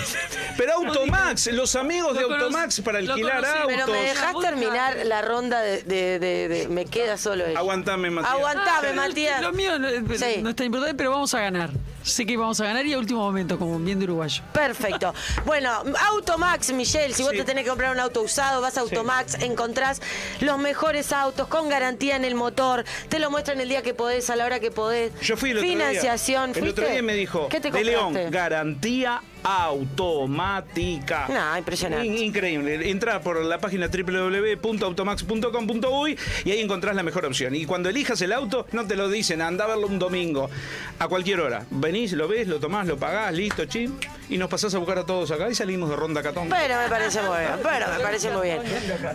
S7: Pero Automax, los amigos de
S9: Lo conocí-
S7: Automax para
S9: lo
S7: alquilar
S9: conocí,
S7: autos.
S2: Pero me dejás
S9: Busca.
S2: terminar la ronda de. de- de- de- me queda solo él.
S7: Aguantame, Matías.
S2: Aguantame, Matías.
S9: Ah, Lo mío no, eh,
S2: Sí.
S9: no es tan importante, pero vamos a ganar. Sé que vamos a ganar y a último momento, como bien de uruguayo.
S2: Perfecto. Bueno, Automax, Michelle, si vos te tenés que comprar un auto usado, vas a Automax, encontrás los mejores autos con garantía en el motor, te lo muestran el día que podés, a la hora que podés.
S7: Yo fui el otro
S2: Financiación,
S7: día. El otro
S2: ¿fuiste?
S7: día me dijo,
S2: ¿Qué te
S7: de León,
S2: compraste?
S7: garantía automática.
S2: No, impresionante.
S7: In- increíble. Entrá por la página www.automax.com.uy y ahí encontrás la mejor opción. Y cuando elijas el auto, no te lo dicen, anda a verlo un domingo, a cualquier hora. Venís, lo ves, lo tomás, lo pagás, listo, chin, y nos pasás a buscar a todos acá y salimos de Ronda Catón.
S2: Bueno, me parece muy bien. Bueno, me parece muy bien.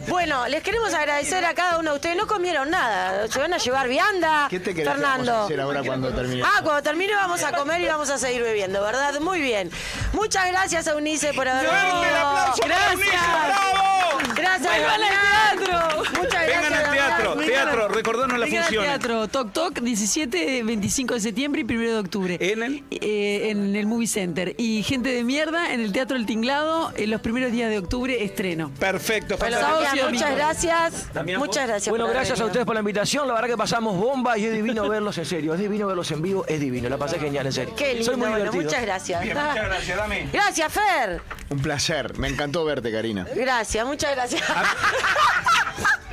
S2: Bueno, les queremos agradecer a cada uno de ustedes. No comieron nada. Se van a llevar vianda.
S6: ¿Qué te querés que vamos a
S2: Fernando.
S6: hacer ahora cuando termine?
S2: Ah, cuando termine vamos a comer y vamos a seguir bebiendo, ¿verdad? Muy bien. Muchas gracias a Unice por haber
S7: ¡Fuerte
S2: venido.
S7: el aplauso para Unice, bravo!
S2: Gracias,
S9: ¡Vuelvan al
S2: Damián.
S9: teatro!
S2: Muchas gracias.
S7: Vengan al teatro,
S2: Damián.
S7: teatro, recordanos la
S9: Vengan al
S7: función.
S9: teatro, Toc Toc, 17, 25 de septiembre y 1 de octubre.
S7: ¿En el?
S9: Eh, en el Movie Center. Y Gente de Mierda, en el Teatro El Tinglado, en los primeros días de octubre, estreno.
S7: Perfecto,
S2: Bueno,
S7: fantástico.
S2: Damián,
S9: y domingo.
S2: muchas gracias. Muchas gracias.
S10: Bueno,
S2: por haber
S10: gracias a
S2: venido.
S10: ustedes por la invitación. La verdad que pasamos bomba y es divino verlos en serio. Es divino verlos en vivo, es divino. La pasé genial, en serio.
S2: Qué lindo.
S10: Soy muy
S2: bueno,
S10: divertido.
S2: muchas gracias.
S4: Bien, muchas gracias, Dami.
S2: Gracias, Fer.
S6: Un placer, me encantó verte, Karina.
S2: Gracias, muchas gracias.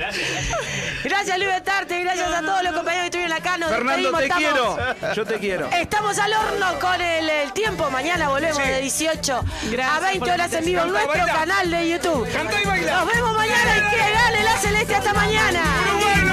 S2: Gracias, Luis Betarte. Gracias a todos los compañeros que estuvieron acá. Nos
S7: Fernando, te
S2: despedimos, estamos-
S7: quiero. Yo te quiero.
S2: Estamos al horno con el, el tiempo. Mañana volvemos de 18 a 20 horas en vivo en
S7: Canta,
S2: nuestro
S7: baila.
S2: canal de YouTube.
S7: Canta y baila.
S2: Nos vemos mañana y que gane la celeste hasta mañana.
S7: Bueno.